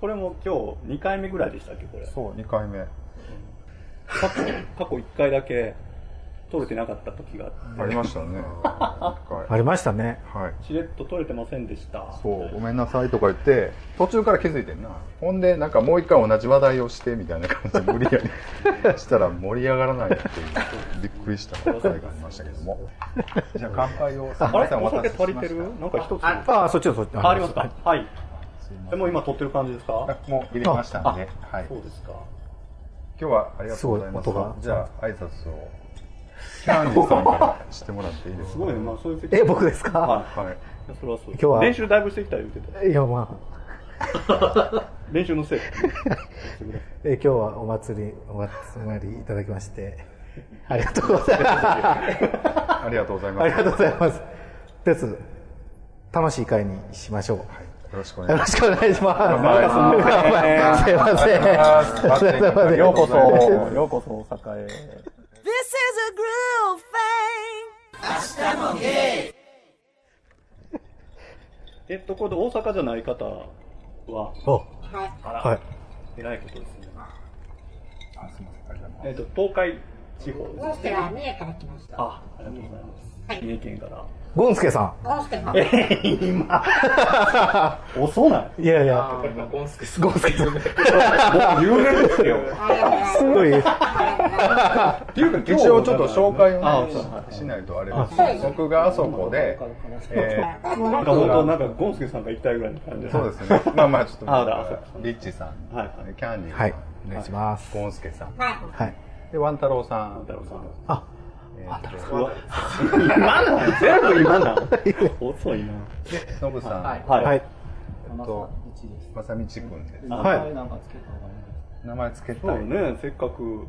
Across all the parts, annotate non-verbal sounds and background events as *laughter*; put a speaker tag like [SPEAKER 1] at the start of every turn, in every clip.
[SPEAKER 1] これも今日2回目ぐらいでしたっけ、これ。
[SPEAKER 2] そう、2回目。
[SPEAKER 1] 過去、過去1回だけ取れてなかった時があって
[SPEAKER 2] ありましたね。
[SPEAKER 3] あ
[SPEAKER 2] は
[SPEAKER 3] りましたね。
[SPEAKER 2] い。はい。
[SPEAKER 1] しれっと取れてませんでした。
[SPEAKER 2] そう、ごめんなさいとか言って、途中から気づいてんな。ほんで、なんかもう一回同じ話題をして、みたいな感じで無理やりしたら盛り上がらないっていう、びっくりした話題がありましたけども。じゃあ乾杯を、
[SPEAKER 1] あれ
[SPEAKER 2] さん
[SPEAKER 1] お
[SPEAKER 2] お
[SPEAKER 1] 酒
[SPEAKER 2] 渡ししました
[SPEAKER 1] 足りてるなんか一つ。あ、
[SPEAKER 3] ああ、そっちのそっちの
[SPEAKER 1] ありますかはい。えもう今取ってる感じですか
[SPEAKER 2] あもう入れましたんで、はい。
[SPEAKER 1] そうですか。
[SPEAKER 2] 今日はありがとうございます。
[SPEAKER 3] すごい音が
[SPEAKER 2] じゃあ、挨拶を、キャンディさんからしてもらっていいですか
[SPEAKER 1] すごいね、まあそういう
[SPEAKER 3] *laughs* え、僕ですか、
[SPEAKER 1] はい
[SPEAKER 2] はい。
[SPEAKER 1] いやそれはそう
[SPEAKER 3] 今日は
[SPEAKER 1] 練習だいぶしてきた言ってた。
[SPEAKER 3] い、や、ま
[SPEAKER 1] 練習のせい。
[SPEAKER 3] あ、え今日はお祭り、お集まりいただきまして、ありがとうございます。
[SPEAKER 2] ありがとうございます。
[SPEAKER 3] ありがとうございます。です。楽しい会にしましょう。
[SPEAKER 2] はい。よろしくお願
[SPEAKER 3] よ
[SPEAKER 2] いし
[SPEAKER 3] ろしくお願いします。
[SPEAKER 2] 乾杯
[SPEAKER 3] 乾杯すいま
[SPEAKER 2] ま
[SPEAKER 3] せん。
[SPEAKER 2] す。
[SPEAKER 3] すいません
[SPEAKER 2] ようこそ。
[SPEAKER 1] ようこそ大阪へ。
[SPEAKER 4] This is a groove thing.
[SPEAKER 1] えっと、これで大阪じゃない方は、あら、
[SPEAKER 3] はい。
[SPEAKER 1] 偉いことですね。
[SPEAKER 2] あすいませんありがとうございます
[SPEAKER 1] えっと、東海地方
[SPEAKER 5] ゴ
[SPEAKER 1] で
[SPEAKER 5] ー
[SPEAKER 1] す
[SPEAKER 5] ス
[SPEAKER 1] ね。
[SPEAKER 5] ケは三重から来ました。
[SPEAKER 1] あ、ありがとうございます。三重県から。
[SPEAKER 3] ゴンスケさ
[SPEAKER 5] ゴースケさん。
[SPEAKER 1] 今、遅ない
[SPEAKER 3] ん。いやいや、
[SPEAKER 6] あ今ゴンスケさん
[SPEAKER 3] ゴンスケさん。
[SPEAKER 1] 僕有名ですよ。
[SPEAKER 5] ありがとうございます
[SPEAKER 3] すごい。
[SPEAKER 2] っていうか、一応ちょっと紹介をね
[SPEAKER 1] あそうは
[SPEAKER 2] しないとあれです。僕があそこで、え
[SPEAKER 1] なんか本当、なんか、ゴンスケさんが行きたいぐらいの感じ
[SPEAKER 2] ーそうですね。まあまあ、ちょっと
[SPEAKER 1] あだそうか、
[SPEAKER 2] リッチさ
[SPEAKER 1] はいは
[SPEAKER 2] ん、キャンディーさ
[SPEAKER 3] はい
[SPEAKER 2] ん、。
[SPEAKER 3] お願いします。
[SPEAKER 2] ゴンスケさん、
[SPEAKER 5] は
[SPEAKER 3] はい。
[SPEAKER 2] で、ワンタロウさん
[SPEAKER 1] 太、郎さん。
[SPEAKER 3] あ、
[SPEAKER 1] うわ、今なん全部今なん *laughs* 遅いな。
[SPEAKER 2] ノブさん、え
[SPEAKER 1] は。
[SPEAKER 3] はいい。
[SPEAKER 2] っと、まさみちくんです。
[SPEAKER 3] はい。
[SPEAKER 2] 名前つけた
[SPEAKER 1] そう
[SPEAKER 2] い。
[SPEAKER 1] ね、せっかく、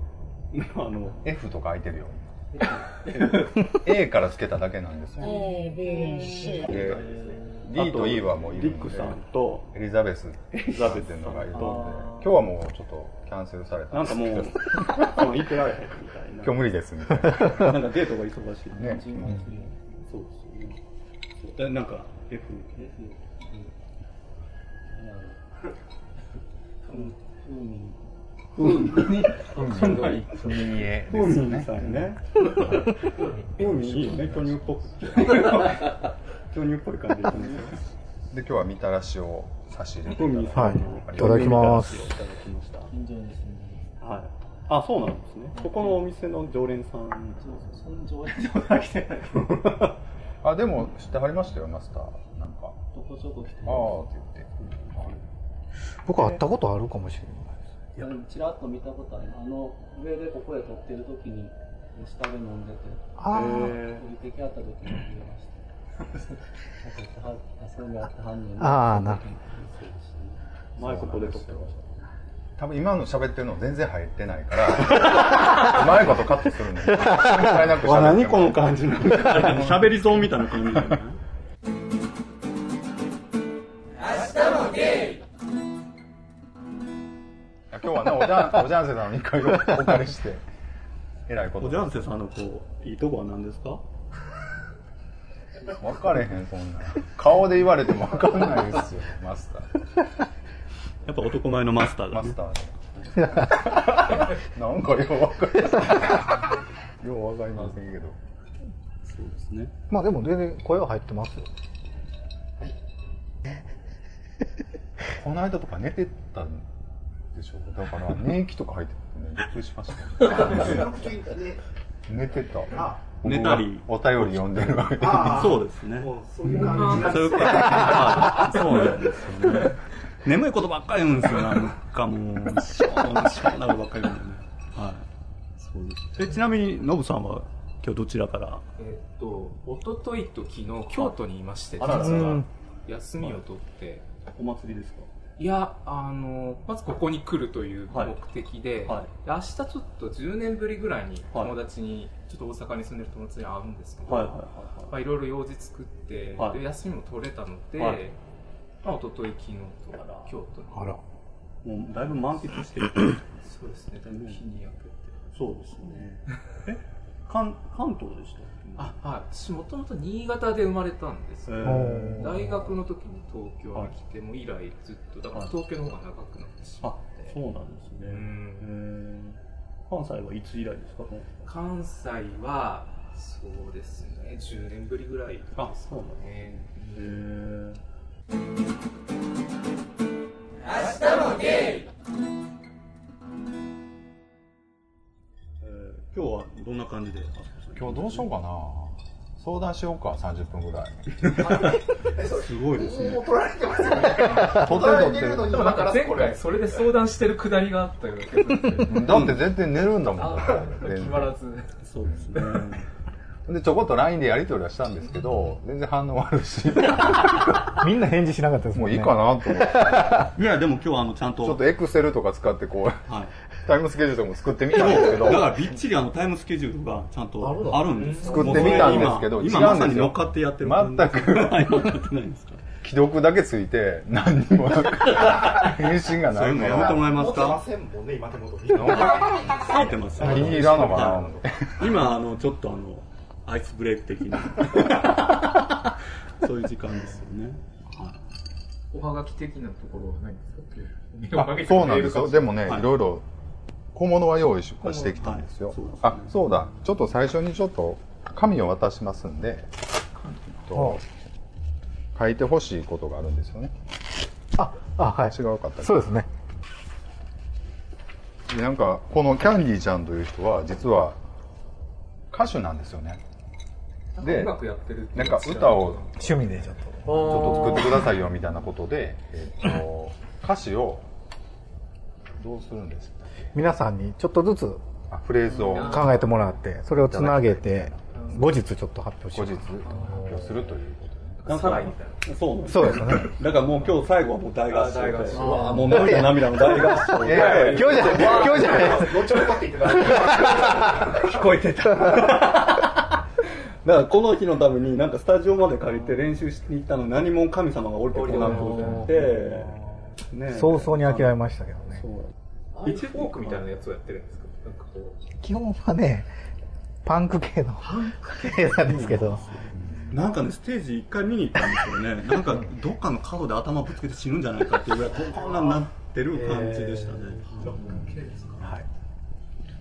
[SPEAKER 1] *laughs* あの、
[SPEAKER 2] F とか空いてるよ。A からつけただけなんですよ。
[SPEAKER 5] い。A、B、C。
[SPEAKER 2] で、D と E はもういる
[SPEAKER 1] リ
[SPEAKER 2] ん
[SPEAKER 1] ッ
[SPEAKER 2] で
[SPEAKER 1] クさんと、
[SPEAKER 2] エリザベスさんっていうのがいるので、今日はもうちょっとキャンセルされた
[SPEAKER 1] なん
[SPEAKER 2] んで
[SPEAKER 1] か
[SPEAKER 2] す
[SPEAKER 1] も
[SPEAKER 2] けど、 *laughs*
[SPEAKER 1] う、そう行ってられへんみたいな。
[SPEAKER 2] 今日無理ですみたいな。
[SPEAKER 1] なんかデートが忙しいね。
[SPEAKER 2] ね、
[SPEAKER 1] そうですよねそう。えなんか F。
[SPEAKER 2] 踏み絵
[SPEAKER 1] ふ
[SPEAKER 2] です
[SPEAKER 1] う
[SPEAKER 2] よ
[SPEAKER 1] みん
[SPEAKER 2] ね。
[SPEAKER 1] さんね。ふうみんいいよね。巨乳っぽくて。巨乳っぽい感じですね。
[SPEAKER 2] で、今日はみたらしを差し入れて
[SPEAKER 1] ふうみん
[SPEAKER 2] いただいて
[SPEAKER 1] さん。
[SPEAKER 3] はいいただきます
[SPEAKER 1] いただきました。はい。あ、そうなんですね。ここのお店の常連さん。
[SPEAKER 2] あ、でも知ってはりましたよ、マスター。なんか。ああって言って。
[SPEAKER 3] 僕会ったことあるかもしれないです。
[SPEAKER 7] いやでもちらっと見たことあるあの上でここで撮ってる時に下で飲んでて
[SPEAKER 3] あ
[SPEAKER 7] 降りてきあった時に見えましたあそれがあった犯人
[SPEAKER 3] あ。ああ、なる
[SPEAKER 1] 前ここで撮ってまし
[SPEAKER 2] 多分今の喋ってるの全然入ってないから、うまいことカットするんで。心配なく喋って
[SPEAKER 1] た。
[SPEAKER 2] も
[SPEAKER 1] わ、
[SPEAKER 2] らう
[SPEAKER 1] 何この感じの。 *laughs* 喋り損みたいな感じだよね。
[SPEAKER 2] いや今日はね、おじゃん、おじゃんせなのに一回お借りして、えらいこ
[SPEAKER 1] *laughs*
[SPEAKER 2] と。
[SPEAKER 1] おじゃんせさんのこう、いいとこは何ですか
[SPEAKER 2] 分かれへん、そんな。顔で言われても分かんないですよ、マスター。
[SPEAKER 1] やっぱ男前のマスターが
[SPEAKER 2] マ
[SPEAKER 1] ね
[SPEAKER 2] ス。ター *laughs* で。なんかよう分かりません。よう分かりませんけど。
[SPEAKER 1] そうですね。
[SPEAKER 3] まあでも全然声は入ってますよ。
[SPEAKER 2] この間とか寝てたんでしょだ *laughs* から、寝息とか入っててね、びっくりしましたよ。
[SPEAKER 8] *laughs*
[SPEAKER 2] 寝てた。僕が
[SPEAKER 1] 寝たり
[SPEAKER 2] お便り読んでるわけで。 *laughs*
[SPEAKER 1] そうですね。そういう感じ。はいそうなんですよね。眠いことばっかり言うんですよ。なんかもう、しょうしょうなるばっかり言うんだよね。はい。そうです。え、ちなみに、ノブさんは今日どちらから
[SPEAKER 6] えっと一昨日と昨日京都にいまして
[SPEAKER 1] あらら
[SPEAKER 6] 実
[SPEAKER 3] う
[SPEAKER 6] は
[SPEAKER 3] ん
[SPEAKER 6] 休みを取って
[SPEAKER 1] お祭りですか
[SPEAKER 6] いやあのまずここに来るという
[SPEAKER 1] はい
[SPEAKER 6] 目的で、
[SPEAKER 1] はい
[SPEAKER 6] で明日ちょっと10年ぶりぐらいに
[SPEAKER 1] はい
[SPEAKER 6] 友達に、ちょっと大阪に住んでる友達に会うんですけど、
[SPEAKER 1] はいいはいはいはい。
[SPEAKER 6] まあ、いろいろ用事作って、
[SPEAKER 1] はい
[SPEAKER 6] で休みも取れたので、
[SPEAKER 1] はい
[SPEAKER 6] まあ、一昨日昨日
[SPEAKER 1] あら
[SPEAKER 6] と京都に
[SPEAKER 3] あら。
[SPEAKER 1] もうだいぶ満喫してる。
[SPEAKER 6] そうですねだいぶ日に焼けて
[SPEAKER 1] そうですね。え関関東でしたっけ
[SPEAKER 6] あはい私もともと新潟で生まれたんですけど
[SPEAKER 1] え
[SPEAKER 3] おー
[SPEAKER 6] 大学の時に東京に来てもう以来ずっとだから東京の方が長くなってしま
[SPEAKER 1] あ
[SPEAKER 6] っ
[SPEAKER 1] そ
[SPEAKER 6] て
[SPEAKER 1] うなんですね、
[SPEAKER 6] うん
[SPEAKER 1] えー関西はいつ以来ですかね
[SPEAKER 6] 関西はそうですね10年ぶりぐらいですか
[SPEAKER 1] あそうなん
[SPEAKER 6] ね
[SPEAKER 1] えーえー今日はどんな感じで
[SPEAKER 2] 今日どうしようかな相談しようか30分ぐらい
[SPEAKER 1] うすごいですね
[SPEAKER 8] もう取られてますよね。取られてるのに
[SPEAKER 6] でも
[SPEAKER 8] 今
[SPEAKER 6] なん
[SPEAKER 8] か
[SPEAKER 6] から前
[SPEAKER 8] こ
[SPEAKER 6] 回
[SPEAKER 8] れ。
[SPEAKER 6] それで相談してるくだりがあったような気がする
[SPEAKER 2] だって全然寝るんだもん
[SPEAKER 6] *laughs* あ
[SPEAKER 2] 全然
[SPEAKER 6] 決まらず
[SPEAKER 1] そうですね
[SPEAKER 2] でちょこっと LINE でやり取りはしたんですけど全然反応悪いし
[SPEAKER 3] みんな返事しなかったです
[SPEAKER 2] も
[SPEAKER 3] もん
[SPEAKER 2] う
[SPEAKER 3] ね。
[SPEAKER 2] いいかなと思ってち
[SPEAKER 1] *laughs* いやでも今日はあのちゃんと
[SPEAKER 2] ょっとエクセルとか使ってこう
[SPEAKER 1] はい
[SPEAKER 2] タイムスケジュールとかも作ってみたんですけど
[SPEAKER 1] だからびっちりあのタイムスケジュールがちゃんとあるんです
[SPEAKER 2] 作ってみたんですけど
[SPEAKER 1] もうそれ今今
[SPEAKER 2] 違う
[SPEAKER 1] ま
[SPEAKER 2] んですよ
[SPEAKER 1] さに乗っかってやってる感じ
[SPEAKER 2] 全く
[SPEAKER 1] はい乗っかってないんですか
[SPEAKER 2] 既読だけついて何
[SPEAKER 1] *laughs*
[SPEAKER 2] にも返信が
[SPEAKER 1] そう
[SPEAKER 2] ないいう
[SPEAKER 1] の
[SPEAKER 2] の
[SPEAKER 1] やめても
[SPEAKER 2] よ
[SPEAKER 1] らえます
[SPEAKER 8] 持ってま
[SPEAKER 1] か
[SPEAKER 8] せんもんね、今手元に。
[SPEAKER 1] 入ってます
[SPEAKER 2] 気に入らんのかなと思って
[SPEAKER 1] 今あのちょっとあのアイスブレイク的な *laughs* そういう時間ですよね、は
[SPEAKER 6] おはがき的なところはないんですか
[SPEAKER 2] あそうなんです
[SPEAKER 6] か
[SPEAKER 2] よでもね、
[SPEAKER 1] はい
[SPEAKER 2] い、ろいろ小物は用意ししてきたんですよ、
[SPEAKER 1] 小物はいそう
[SPEAKER 2] あそうだちょっと最初にちょっと紙を渡しますんで、
[SPEAKER 3] は
[SPEAKER 2] 書いてほしいことがあるんですよね
[SPEAKER 3] あ、あ、はい。
[SPEAKER 2] 違うかったり
[SPEAKER 3] そうですね。
[SPEAKER 2] でなんかこのキャンディーちゃんという人は実は歌手なんですよねで
[SPEAKER 6] 音楽やってるって
[SPEAKER 2] ないん
[SPEAKER 6] う
[SPEAKER 2] か歌を
[SPEAKER 3] 趣味でちょっと。
[SPEAKER 2] ちょっと作ってくださいよみたいなことで、えっと歌詞をどうするんですか
[SPEAKER 3] 皆さんにちょっとずつ
[SPEAKER 2] あフレーズを
[SPEAKER 3] 考えてもらって、それをつなげて、後日ちょっと発表
[SPEAKER 2] 後
[SPEAKER 3] しよ
[SPEAKER 2] 日
[SPEAKER 3] う
[SPEAKER 2] 発表するということで
[SPEAKER 1] い、なんかそうなんです
[SPEAKER 3] そうですね。
[SPEAKER 1] だからもう今日最後はもう大合唱で
[SPEAKER 6] あ大合唱
[SPEAKER 1] うわもう涙涙の大合唱
[SPEAKER 2] いやいや
[SPEAKER 3] 今日じゃない、今日じゃないです。
[SPEAKER 8] 後ほどって言ってただいて。
[SPEAKER 1] 聞こえてた *laughs* だからこの日のためになんかスタジオまで借りて練習しに行ったのに何も神様が降りてこないことってねえ
[SPEAKER 3] 早々に諦めましたけどね
[SPEAKER 1] そ。う
[SPEAKER 6] 一フォークみたいなやつをやってるんですかなんかこう
[SPEAKER 3] 基本はね、パンク系の系なんですけど、
[SPEAKER 1] なんかね、ステージ一回見に行ったんですよね。なんか、どっかの角で頭ぶつけて死ぬんじゃないかっていうぐらい、こんなんなってる感じでしたね。
[SPEAKER 3] はい。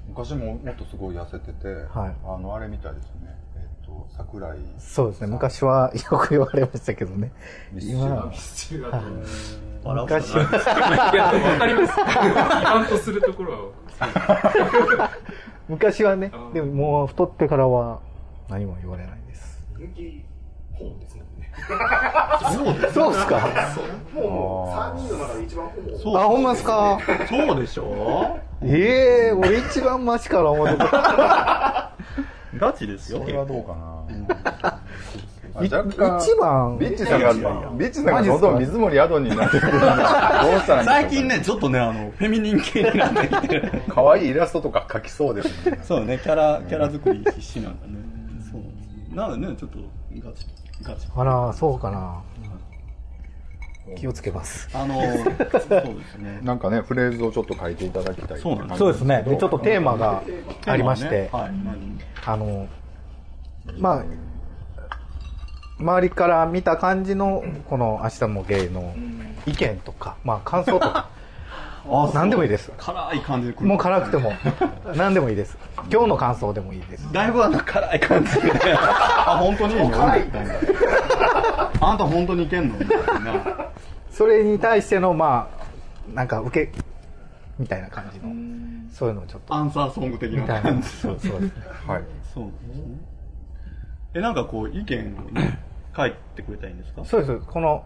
[SPEAKER 2] 昔ももっとすごい痩せてて、
[SPEAKER 3] はい
[SPEAKER 2] あのあれみたいですねえっと桜井
[SPEAKER 3] そうですね。昔はよく言われましたけどね。今は、
[SPEAKER 6] 必要だと思います
[SPEAKER 1] 笑うし
[SPEAKER 3] 昔
[SPEAKER 1] かない
[SPEAKER 3] は、
[SPEAKER 6] いやでもわかり *laughs* ます批判とするところ
[SPEAKER 3] 昔はね、でももう太ってからは何も言われないです。
[SPEAKER 8] 抜き本ですもんね。
[SPEAKER 3] そうですか
[SPEAKER 8] もうもう、3人の中で一番ほぼ。
[SPEAKER 1] そう
[SPEAKER 3] あ、ほんまですか
[SPEAKER 1] そうでしょ
[SPEAKER 3] ええ俺一番マシから思ってた。
[SPEAKER 1] ガチですよ
[SPEAKER 2] そ。れはどうか *laughs* な、あ
[SPEAKER 3] い
[SPEAKER 2] 若干
[SPEAKER 3] 一番
[SPEAKER 2] ビッチさんが
[SPEAKER 1] いやいやいや
[SPEAKER 2] ビッチさんがどんどん水森アドになってく *laughs* るのどうしたらいいんでしょうか
[SPEAKER 1] 最近ね、ちょっとね、あの、フェミニン系になってきて。
[SPEAKER 2] 可愛いイラストとか描きそうですね
[SPEAKER 1] そうね、キャラ、キャラ作り必死なんだね。そう。なのでね、ちょっと、ガチ、ガチ。
[SPEAKER 3] あら、そうかな。気をつけます。
[SPEAKER 1] あの、そうですね。
[SPEAKER 2] なんかねフレーズをちょっと書いていただきたい
[SPEAKER 1] そうなんです
[SPEAKER 3] そうですね。で、ちょっとテーマがありまし
[SPEAKER 1] ね
[SPEAKER 3] て、
[SPEAKER 1] はい。
[SPEAKER 3] あの、まあ、周りから見た感じの、この明日もゲイの意見とか、まあ感想とか、
[SPEAKER 1] あ
[SPEAKER 3] 何でもいいです。
[SPEAKER 1] 辛い感じで来る。
[SPEAKER 3] もう辛くても、何でもいいです。今日の感想でもいいです。
[SPEAKER 1] だいぶあの辛い感じで、あ、本当に辛いあんた本当にいけんのみたいな。
[SPEAKER 3] それに対しての、まあ、なんか受け、みたいな感じの、そういうのをちょっと、
[SPEAKER 1] アンサーソング的
[SPEAKER 3] みた
[SPEAKER 1] ない
[SPEAKER 3] な
[SPEAKER 1] 感。じ。そ
[SPEAKER 3] そううそうですね。
[SPEAKER 2] はい
[SPEAKER 1] なんですね。え、なんかこう、意見をね、書いてくれたらいいんですか
[SPEAKER 3] そうです。この、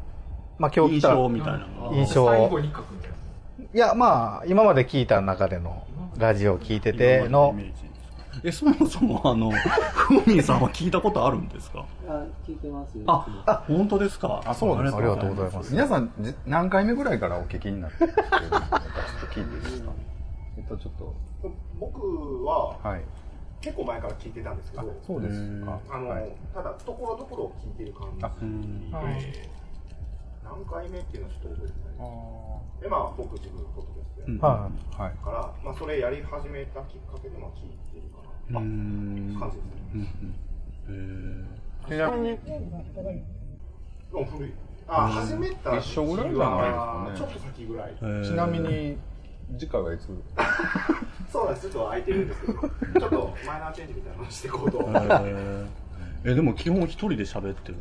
[SPEAKER 3] まあ今日
[SPEAKER 1] 印
[SPEAKER 3] 来た
[SPEAKER 1] 象みたいなのが。
[SPEAKER 3] 印
[SPEAKER 6] を最後
[SPEAKER 3] 象。
[SPEAKER 6] に書くみたいない
[SPEAKER 3] や、まあ、今まで聞いた中での、ラジオを聞いてて
[SPEAKER 1] 今まで、
[SPEAKER 3] の
[SPEAKER 1] イメージですかえ、そもそもあの、ふうみんさんは聞いたことあるんですか
[SPEAKER 7] あ聞いてますよ。
[SPEAKER 1] あ、あ本当ですか
[SPEAKER 2] あそうです
[SPEAKER 3] ありがとうございます。
[SPEAKER 2] 皆さんじ何回目ぐらいからお聞きになってるんですかちょっと聞いていいですかえっとちょっと
[SPEAKER 8] 僕は、
[SPEAKER 2] はい
[SPEAKER 8] 結構前から聞いてたんですけど、
[SPEAKER 2] そうですか
[SPEAKER 8] あの、
[SPEAKER 2] はい
[SPEAKER 8] ただ、ところどころ聞いてる感じ
[SPEAKER 2] あ
[SPEAKER 1] うん
[SPEAKER 8] で、何回目っていうのはちょっと覚えてないです。で、まあ、僕自分、ポッドキャストやって
[SPEAKER 1] うん
[SPEAKER 3] は
[SPEAKER 2] はい
[SPEAKER 8] るから、まあ、それやり始めたきっかけで、まあ、聞いてるかな。
[SPEAKER 1] うーん
[SPEAKER 8] 完成です
[SPEAKER 1] うんうん
[SPEAKER 2] ちなみに
[SPEAKER 8] もう古いあ
[SPEAKER 2] うん
[SPEAKER 8] 始めた
[SPEAKER 2] 一緒ぐらいじゃないですかね
[SPEAKER 8] ちょっと先ぐらい
[SPEAKER 1] へー
[SPEAKER 2] ちなみに次回はいつ
[SPEAKER 8] そうなんですちょっと空いてるんですけどちょっとマイナーチェンジみたいなのしていこうと
[SPEAKER 1] へーえでも基本一人で喋ってる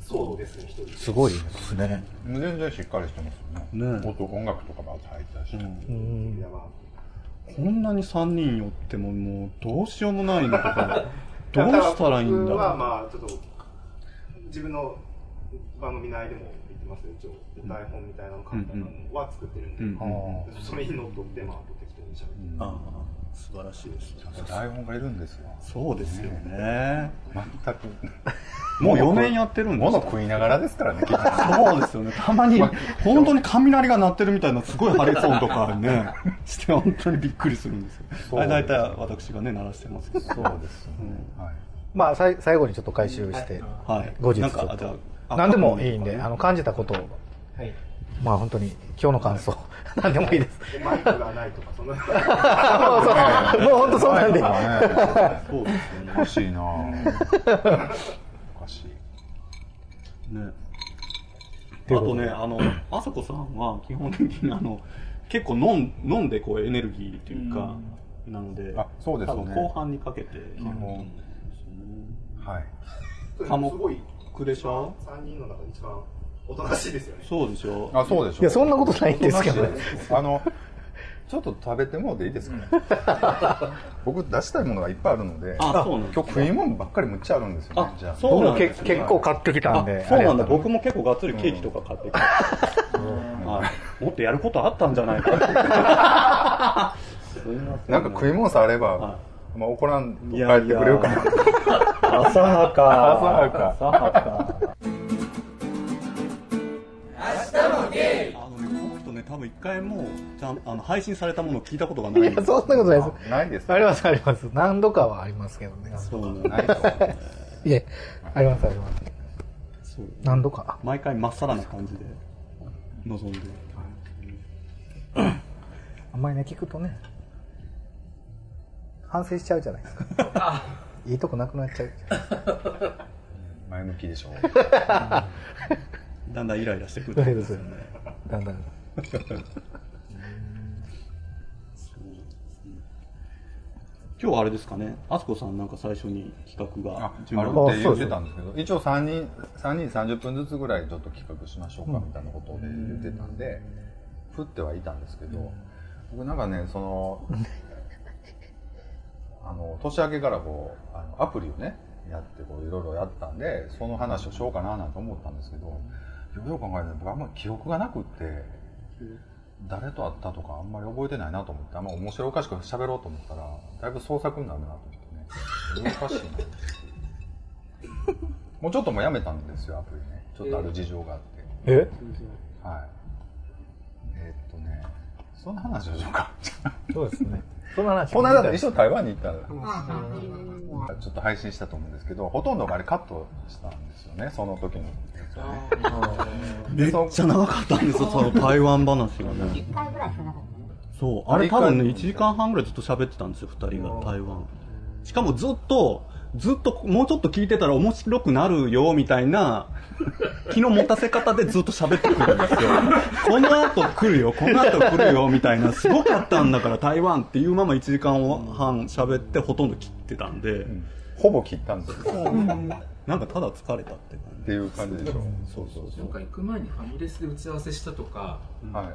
[SPEAKER 8] そうですね一人です
[SPEAKER 3] ごいですね。
[SPEAKER 2] 全然しっかりしてますよね
[SPEAKER 1] ね
[SPEAKER 2] 音音楽とかも入ったし、
[SPEAKER 1] うん
[SPEAKER 8] みんなは
[SPEAKER 1] こんなに3人寄ってももうどうしようもないのと *laughs* かどうしたらいいんだ
[SPEAKER 8] 僕
[SPEAKER 1] ろ
[SPEAKER 8] は
[SPEAKER 1] う、
[SPEAKER 8] まあちょっと自分の番組内でも言ってますけど一応台本みたいなの簡単なのは作ってるんで、
[SPEAKER 1] うん
[SPEAKER 8] それにのっとってまあ適当に喋って
[SPEAKER 1] ああ素晴らしいですね
[SPEAKER 2] 台本がいるんですよ
[SPEAKER 1] そうですよね
[SPEAKER 2] 全く
[SPEAKER 1] もう4年やってるんです
[SPEAKER 2] 物
[SPEAKER 1] よ
[SPEAKER 2] 食いながらですから
[SPEAKER 3] *laughs*
[SPEAKER 2] ね結局
[SPEAKER 1] そうですよねたまに本当に雷が鳴ってるみたいなすごい破裂音とか *laughs* ねして本当にびっくりするんです
[SPEAKER 2] そ
[SPEAKER 1] よ
[SPEAKER 2] う
[SPEAKER 1] あれ大体私がね鳴らしてますけど
[SPEAKER 2] そうですね、はい
[SPEAKER 3] まあ、さい最後にちょっと回収して、
[SPEAKER 1] はい
[SPEAKER 3] 後日ち
[SPEAKER 1] な
[SPEAKER 3] ょっ
[SPEAKER 1] んかあじゃ
[SPEAKER 3] と。
[SPEAKER 1] あ
[SPEAKER 3] 何でもいいんで、あの、感じたことを、
[SPEAKER 7] はい。
[SPEAKER 3] まあ本当に、今日の感
[SPEAKER 1] *laughs*
[SPEAKER 3] 想、何でもいいです。
[SPEAKER 8] でマイクがないとかそんな
[SPEAKER 3] あそうそう。もう本当そうなんで。
[SPEAKER 2] ね
[SPEAKER 1] そうですよね
[SPEAKER 2] おかしいなぁおかしい
[SPEAKER 1] ねあとね、あの、 *coughs* あさこさんは基本的にあの、結構飲ん飲んでこうエネルギーというか、なので、
[SPEAKER 2] あそうですね
[SPEAKER 1] 多分後半にかけて、基
[SPEAKER 2] 本
[SPEAKER 1] 本ですよね
[SPEAKER 2] はい
[SPEAKER 1] 科目
[SPEAKER 8] すごい
[SPEAKER 1] クレシャー
[SPEAKER 8] 3人の中で一番おとなしいですよね
[SPEAKER 1] そうでしょ
[SPEAKER 2] あそうでしょ
[SPEAKER 3] いや、そんなことないんですけど。
[SPEAKER 2] あのちょっと食べてもうていいですかね
[SPEAKER 3] *laughs*
[SPEAKER 2] 僕出したいものがいっぱいあるので
[SPEAKER 1] あ、そうなん
[SPEAKER 2] 今日食い物ばっかりむっちゃあるんですよね
[SPEAKER 1] あ
[SPEAKER 2] じゃあ
[SPEAKER 1] そう
[SPEAKER 3] 僕
[SPEAKER 1] な
[SPEAKER 3] も
[SPEAKER 1] ん
[SPEAKER 3] け
[SPEAKER 1] ですね
[SPEAKER 3] 結構買ってきたんで。
[SPEAKER 1] あそうなんだ。
[SPEAKER 3] ありがと
[SPEAKER 1] 僕も結構がっつりケーキとか買ってきて、はいもっとやることあったんじゃないかって。すいません。
[SPEAKER 2] なんか食い物さあれば、
[SPEAKER 1] は
[SPEAKER 2] まあ、怒らんと帰
[SPEAKER 1] いや
[SPEAKER 2] っ
[SPEAKER 1] い
[SPEAKER 2] て
[SPEAKER 1] や
[SPEAKER 2] くれるか
[SPEAKER 1] *laughs*
[SPEAKER 2] な
[SPEAKER 1] 浅はか。
[SPEAKER 2] 浅はか
[SPEAKER 1] 浅はか。あのね、この人ね、多分一回もちゃんあの配信されたものを聞いたことがないい。
[SPEAKER 3] や、そんなことないです。
[SPEAKER 2] ないです
[SPEAKER 3] あります、あります。何度かはありますけどね。
[SPEAKER 1] そうなん
[SPEAKER 2] ない
[SPEAKER 1] だ
[SPEAKER 2] と思う
[SPEAKER 3] いえ、あります、あります。
[SPEAKER 1] そう
[SPEAKER 3] 何度か。
[SPEAKER 1] 毎回まっさらな感じで臨んで。
[SPEAKER 3] あんまりね、聞くとね、反省しちゃうじゃないですか。 *laughs* いいとこなくなっちゃう。
[SPEAKER 2] 前向きでしょ
[SPEAKER 1] だんだんイライラしてくる。
[SPEAKER 3] そうですよね。だんだん。
[SPEAKER 1] 今日はあれですかね、あすこさんなんか最初に企画
[SPEAKER 2] あ
[SPEAKER 1] が
[SPEAKER 2] ある
[SPEAKER 1] が
[SPEAKER 2] って言ってたんですけど一応3人三人30分ずつぐらいちょっと企画しましょうかみたいなことで言ってたんで降ってはいたんですけど僕なんかねそのあの年明けからこうあのアプリをねやってこういろいろやったんでその話をしようかななんて思ったんですけどよくよく考えたら僕あんまり記憶がなくって誰と会ったとかあんまり覚えてないなと思ってあんま面白おかしく喋ろうと思ったらだいぶ創作になるなと思ってねおかしいなもうちょっともうやめたんですよ、アプリね。ちょっとある事情があって。
[SPEAKER 3] え
[SPEAKER 2] はい。えーっとね、そんな話をしようか。
[SPEAKER 3] そうですね。その話
[SPEAKER 2] この間一緒に台湾に行ったら、ちょっと配信したと思うんですけど、ほとんどがあれカットしたんですよね、その時のやつをね。
[SPEAKER 1] めっちゃ長かったんですよ、その台湾話がね。
[SPEAKER 5] 1回ぐらいしかなかったね
[SPEAKER 1] そう、あれ多分ね、1時間半ぐらいずっと喋ってたんですよ、2人が、台湾。しかもずっと、ずっと、もうちょっと聞いてたら面白くなるよ、みたい
[SPEAKER 8] *laughs*
[SPEAKER 1] な、気の持たせ方でずっと喋ってくるんですよ。この後来るよ、この後来るよ、みたいな、すごかったんだから台湾っていうまま1時間半喋ってほとんど切ってたんで、
[SPEAKER 2] ほぼ切ったんですよ。
[SPEAKER 1] なんかただ疲れたって感
[SPEAKER 2] っていう感じでしょ。
[SPEAKER 1] じ。そうそうそ
[SPEAKER 6] なんか
[SPEAKER 1] う。
[SPEAKER 6] 行く前にファミレスで打ち合わせしたとか、
[SPEAKER 2] はい。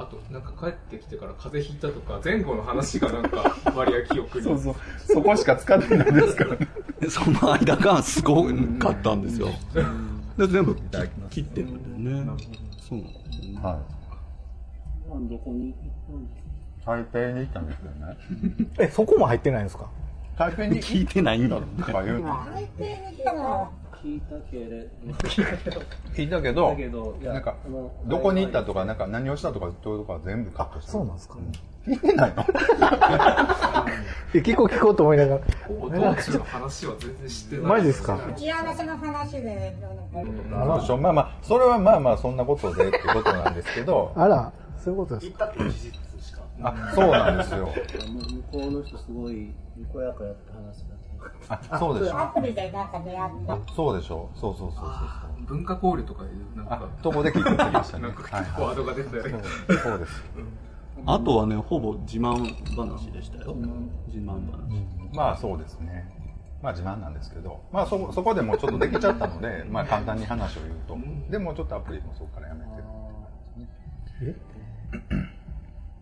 [SPEAKER 6] あとなんか帰ってきてから風邪ひいたとか、前後の話がなんか割合記憶に。
[SPEAKER 2] そうそう。そこしか使ってないですからね。
[SPEAKER 1] で *laughs* その間がすごかったんですよ。で、全部切ってるんだよね。そうなんですよね。
[SPEAKER 2] は
[SPEAKER 7] 普段どこに行ったんですか
[SPEAKER 2] い。台北に行ったんですよね。
[SPEAKER 3] え、そこも入ってないんですか
[SPEAKER 2] 台北に
[SPEAKER 1] 聞いてないんだろう
[SPEAKER 2] とか言うの。
[SPEAKER 5] 台北に来たの
[SPEAKER 7] 聞いたけれど、
[SPEAKER 2] 聞いたけど
[SPEAKER 7] だ
[SPEAKER 2] *laughs*
[SPEAKER 7] けどいや
[SPEAKER 2] なんか
[SPEAKER 7] あの、
[SPEAKER 2] どこに行ったとか、なんか何をしたとか、どういうとか全部カットした。
[SPEAKER 3] そうなんですか、
[SPEAKER 2] 聞いてないの
[SPEAKER 3] え聞こう聞こうと思いながら。
[SPEAKER 6] お友達の話は全然知ってない。
[SPEAKER 3] マジですか
[SPEAKER 5] 打ち合わせの話でなんか
[SPEAKER 2] そうでしょまあまあそれはまあまあそんなことでってことなんですけど
[SPEAKER 3] あら、そういうことです
[SPEAKER 8] 行ったっていう事実しか
[SPEAKER 2] あ、そうなんですよ。
[SPEAKER 7] 向こうの人すごいにこやかやって話すだけ
[SPEAKER 2] あ、そうでし
[SPEAKER 5] ア
[SPEAKER 2] ょ。
[SPEAKER 5] プリでなんか出会って。
[SPEAKER 2] そうでしょ。そうそうそうそう。
[SPEAKER 6] 文化交流とかでなん
[SPEAKER 2] あ
[SPEAKER 6] か、
[SPEAKER 2] とこで聞いてきました
[SPEAKER 6] な
[SPEAKER 2] ね。
[SPEAKER 6] んか結構ワードが出てたよね、
[SPEAKER 2] そうそうです。
[SPEAKER 1] あとはね、ほぼ自慢話でしたよ。自慢話。
[SPEAKER 2] まあそうですね。まあ自慢なんですけど、まあそこそこでもうちょっとできちゃったので、まあ簡単に話を言うと。でもうちょっとアプリもそこからやめて。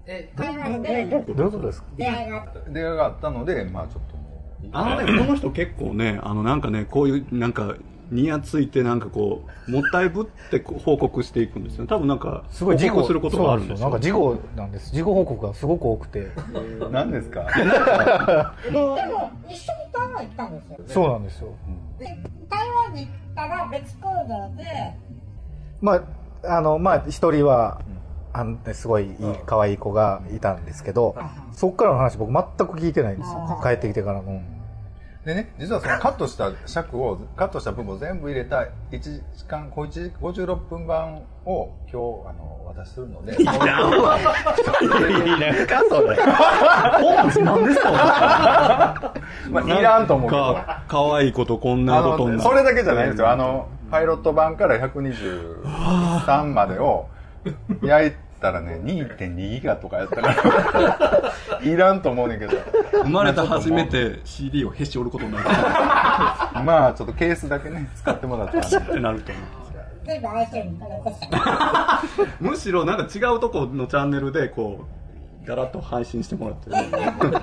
[SPEAKER 5] え、どういう
[SPEAKER 3] どういうことですか
[SPEAKER 5] 出会いがあっ
[SPEAKER 2] 出会いがあったので、まあちょっともう。
[SPEAKER 1] あのね、この人結構ね、あのなんかね、こういう、なんか、ニヤついて、なんかこう、もったいぶってこう報告していくんですよね。多分なんか、
[SPEAKER 3] すごい事
[SPEAKER 1] 報
[SPEAKER 3] 故
[SPEAKER 1] 告することがあるんです
[SPEAKER 3] そう
[SPEAKER 1] よ。
[SPEAKER 3] なんですよなんか事故なんです事故報告がすごく多くて
[SPEAKER 2] 何です
[SPEAKER 1] *laughs*
[SPEAKER 2] か
[SPEAKER 5] て。でも、一緒に台湾行ったんですよ。
[SPEAKER 3] そうなんですよ
[SPEAKER 5] で、台湾に行ったら別行動で、
[SPEAKER 3] まああのまあ一人はあのすごいいい可愛い子がいたんですけどそっからの話僕全く聞いてないんですよ帰ってきてからの
[SPEAKER 2] でね、実はそのカットした尺を、カットした部分を全部入れた1時間、小1 56分版を今日、あの、お渡しするので、
[SPEAKER 1] *laughs* なんかそれ。本日なんですか
[SPEAKER 2] まあ、いらんと思うけど。
[SPEAKER 1] か、かわいいことこんな
[SPEAKER 2] あ
[SPEAKER 1] ことに
[SPEAKER 2] の
[SPEAKER 1] な
[SPEAKER 2] それだけじゃないんですよ。あの、パイロット版から123までを焼いたらね、2.2ギガとかやった
[SPEAKER 1] *laughs*
[SPEAKER 2] から、いらんと思うねんけど、
[SPEAKER 1] 生まれて初めて CD をへし折ることになるっ
[SPEAKER 2] まあちょっとケースだけね、使ってもらったらね、
[SPEAKER 1] てなると思う。
[SPEAKER 5] 全部相性に残して。
[SPEAKER 1] むしろなんか違うとこのチャンネルでこうガラッと配信してもらってる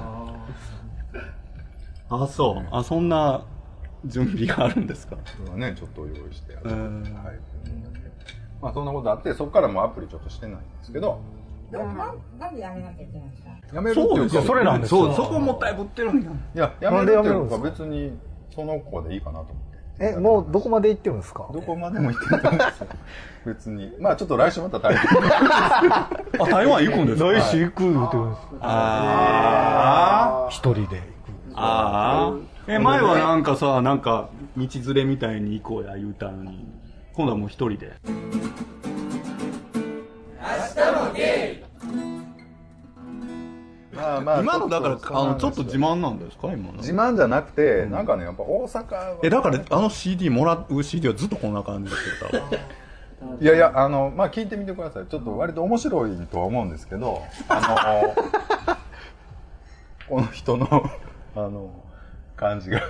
[SPEAKER 1] *laughs* あそうあそんな準備があるんですか
[SPEAKER 2] それはね、ちょっと用意してあ
[SPEAKER 1] う
[SPEAKER 2] る。
[SPEAKER 1] ん
[SPEAKER 2] はい。まあそんなことあって、そこからもうアプリちょっとしてないんですけど、
[SPEAKER 5] でもなん、なんでやめなきゃいけないんですか
[SPEAKER 2] やめるっていう
[SPEAKER 1] よ
[SPEAKER 2] か、
[SPEAKER 3] それなんですよ
[SPEAKER 1] そうそこもったいぶってるんや
[SPEAKER 2] いや、やめるっていうか
[SPEAKER 3] なんで
[SPEAKER 2] 別にその子でいいかなと思って。
[SPEAKER 3] えもうどこまで行ってるんですか
[SPEAKER 2] どこまでも行ってたんです
[SPEAKER 3] *laughs*
[SPEAKER 2] よ。別に。まあちょっと来週また大変。
[SPEAKER 1] あ台湾行くんですか
[SPEAKER 3] 来週行く言ってるんです
[SPEAKER 1] あ
[SPEAKER 3] 一人で
[SPEAKER 1] ーあーえ前はなんかさなんか道連れみたいに行こうや言うたのに今度はもう一人で
[SPEAKER 2] まあま
[SPEAKER 1] *laughs*
[SPEAKER 2] あ
[SPEAKER 1] 今のだから
[SPEAKER 2] そう
[SPEAKER 1] あ
[SPEAKER 2] なん
[SPEAKER 1] の
[SPEAKER 2] です
[SPEAKER 1] ちょ
[SPEAKER 2] よ
[SPEAKER 1] っと自慢なんですか今の
[SPEAKER 2] 自慢じゃなくて、なんかねやっぱ大阪
[SPEAKER 1] えだからあの CD もらう CD はずっとこんな感じですよ多分
[SPEAKER 2] いやいやあのまあ聞いてみてくださいちょっと割と面白いとは思うんですけどあのこの人のあの感じが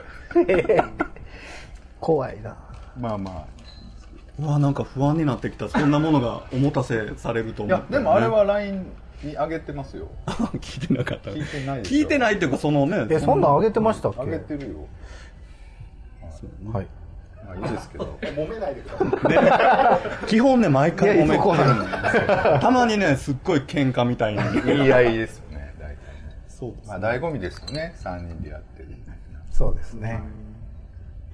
[SPEAKER 3] 怖いな
[SPEAKER 2] まあま
[SPEAKER 1] *laughs* うわなんか不安になってきたそんなものがおもたせされると
[SPEAKER 2] あい
[SPEAKER 1] 思
[SPEAKER 2] や
[SPEAKER 1] って、
[SPEAKER 2] でもあれは LINE に上げてますよ
[SPEAKER 1] *laughs* 聞いてなかった
[SPEAKER 2] 聞いてないですよ
[SPEAKER 1] 聞いてないっていうかそのね
[SPEAKER 3] えそんなんあげてましたっ
[SPEAKER 2] 上げ
[SPEAKER 3] け
[SPEAKER 2] てるよ
[SPEAKER 3] はい
[SPEAKER 2] まあいいですけど
[SPEAKER 8] 揉めないでください。
[SPEAKER 1] 基本ね毎回
[SPEAKER 3] いや
[SPEAKER 1] 揉め
[SPEAKER 3] そこ
[SPEAKER 1] てるんですよたまにねすっごい喧嘩みたいな
[SPEAKER 2] 言い合いですよね大体
[SPEAKER 1] そうです
[SPEAKER 2] まあ醍醐味ですよね3人でやってる
[SPEAKER 3] そうですね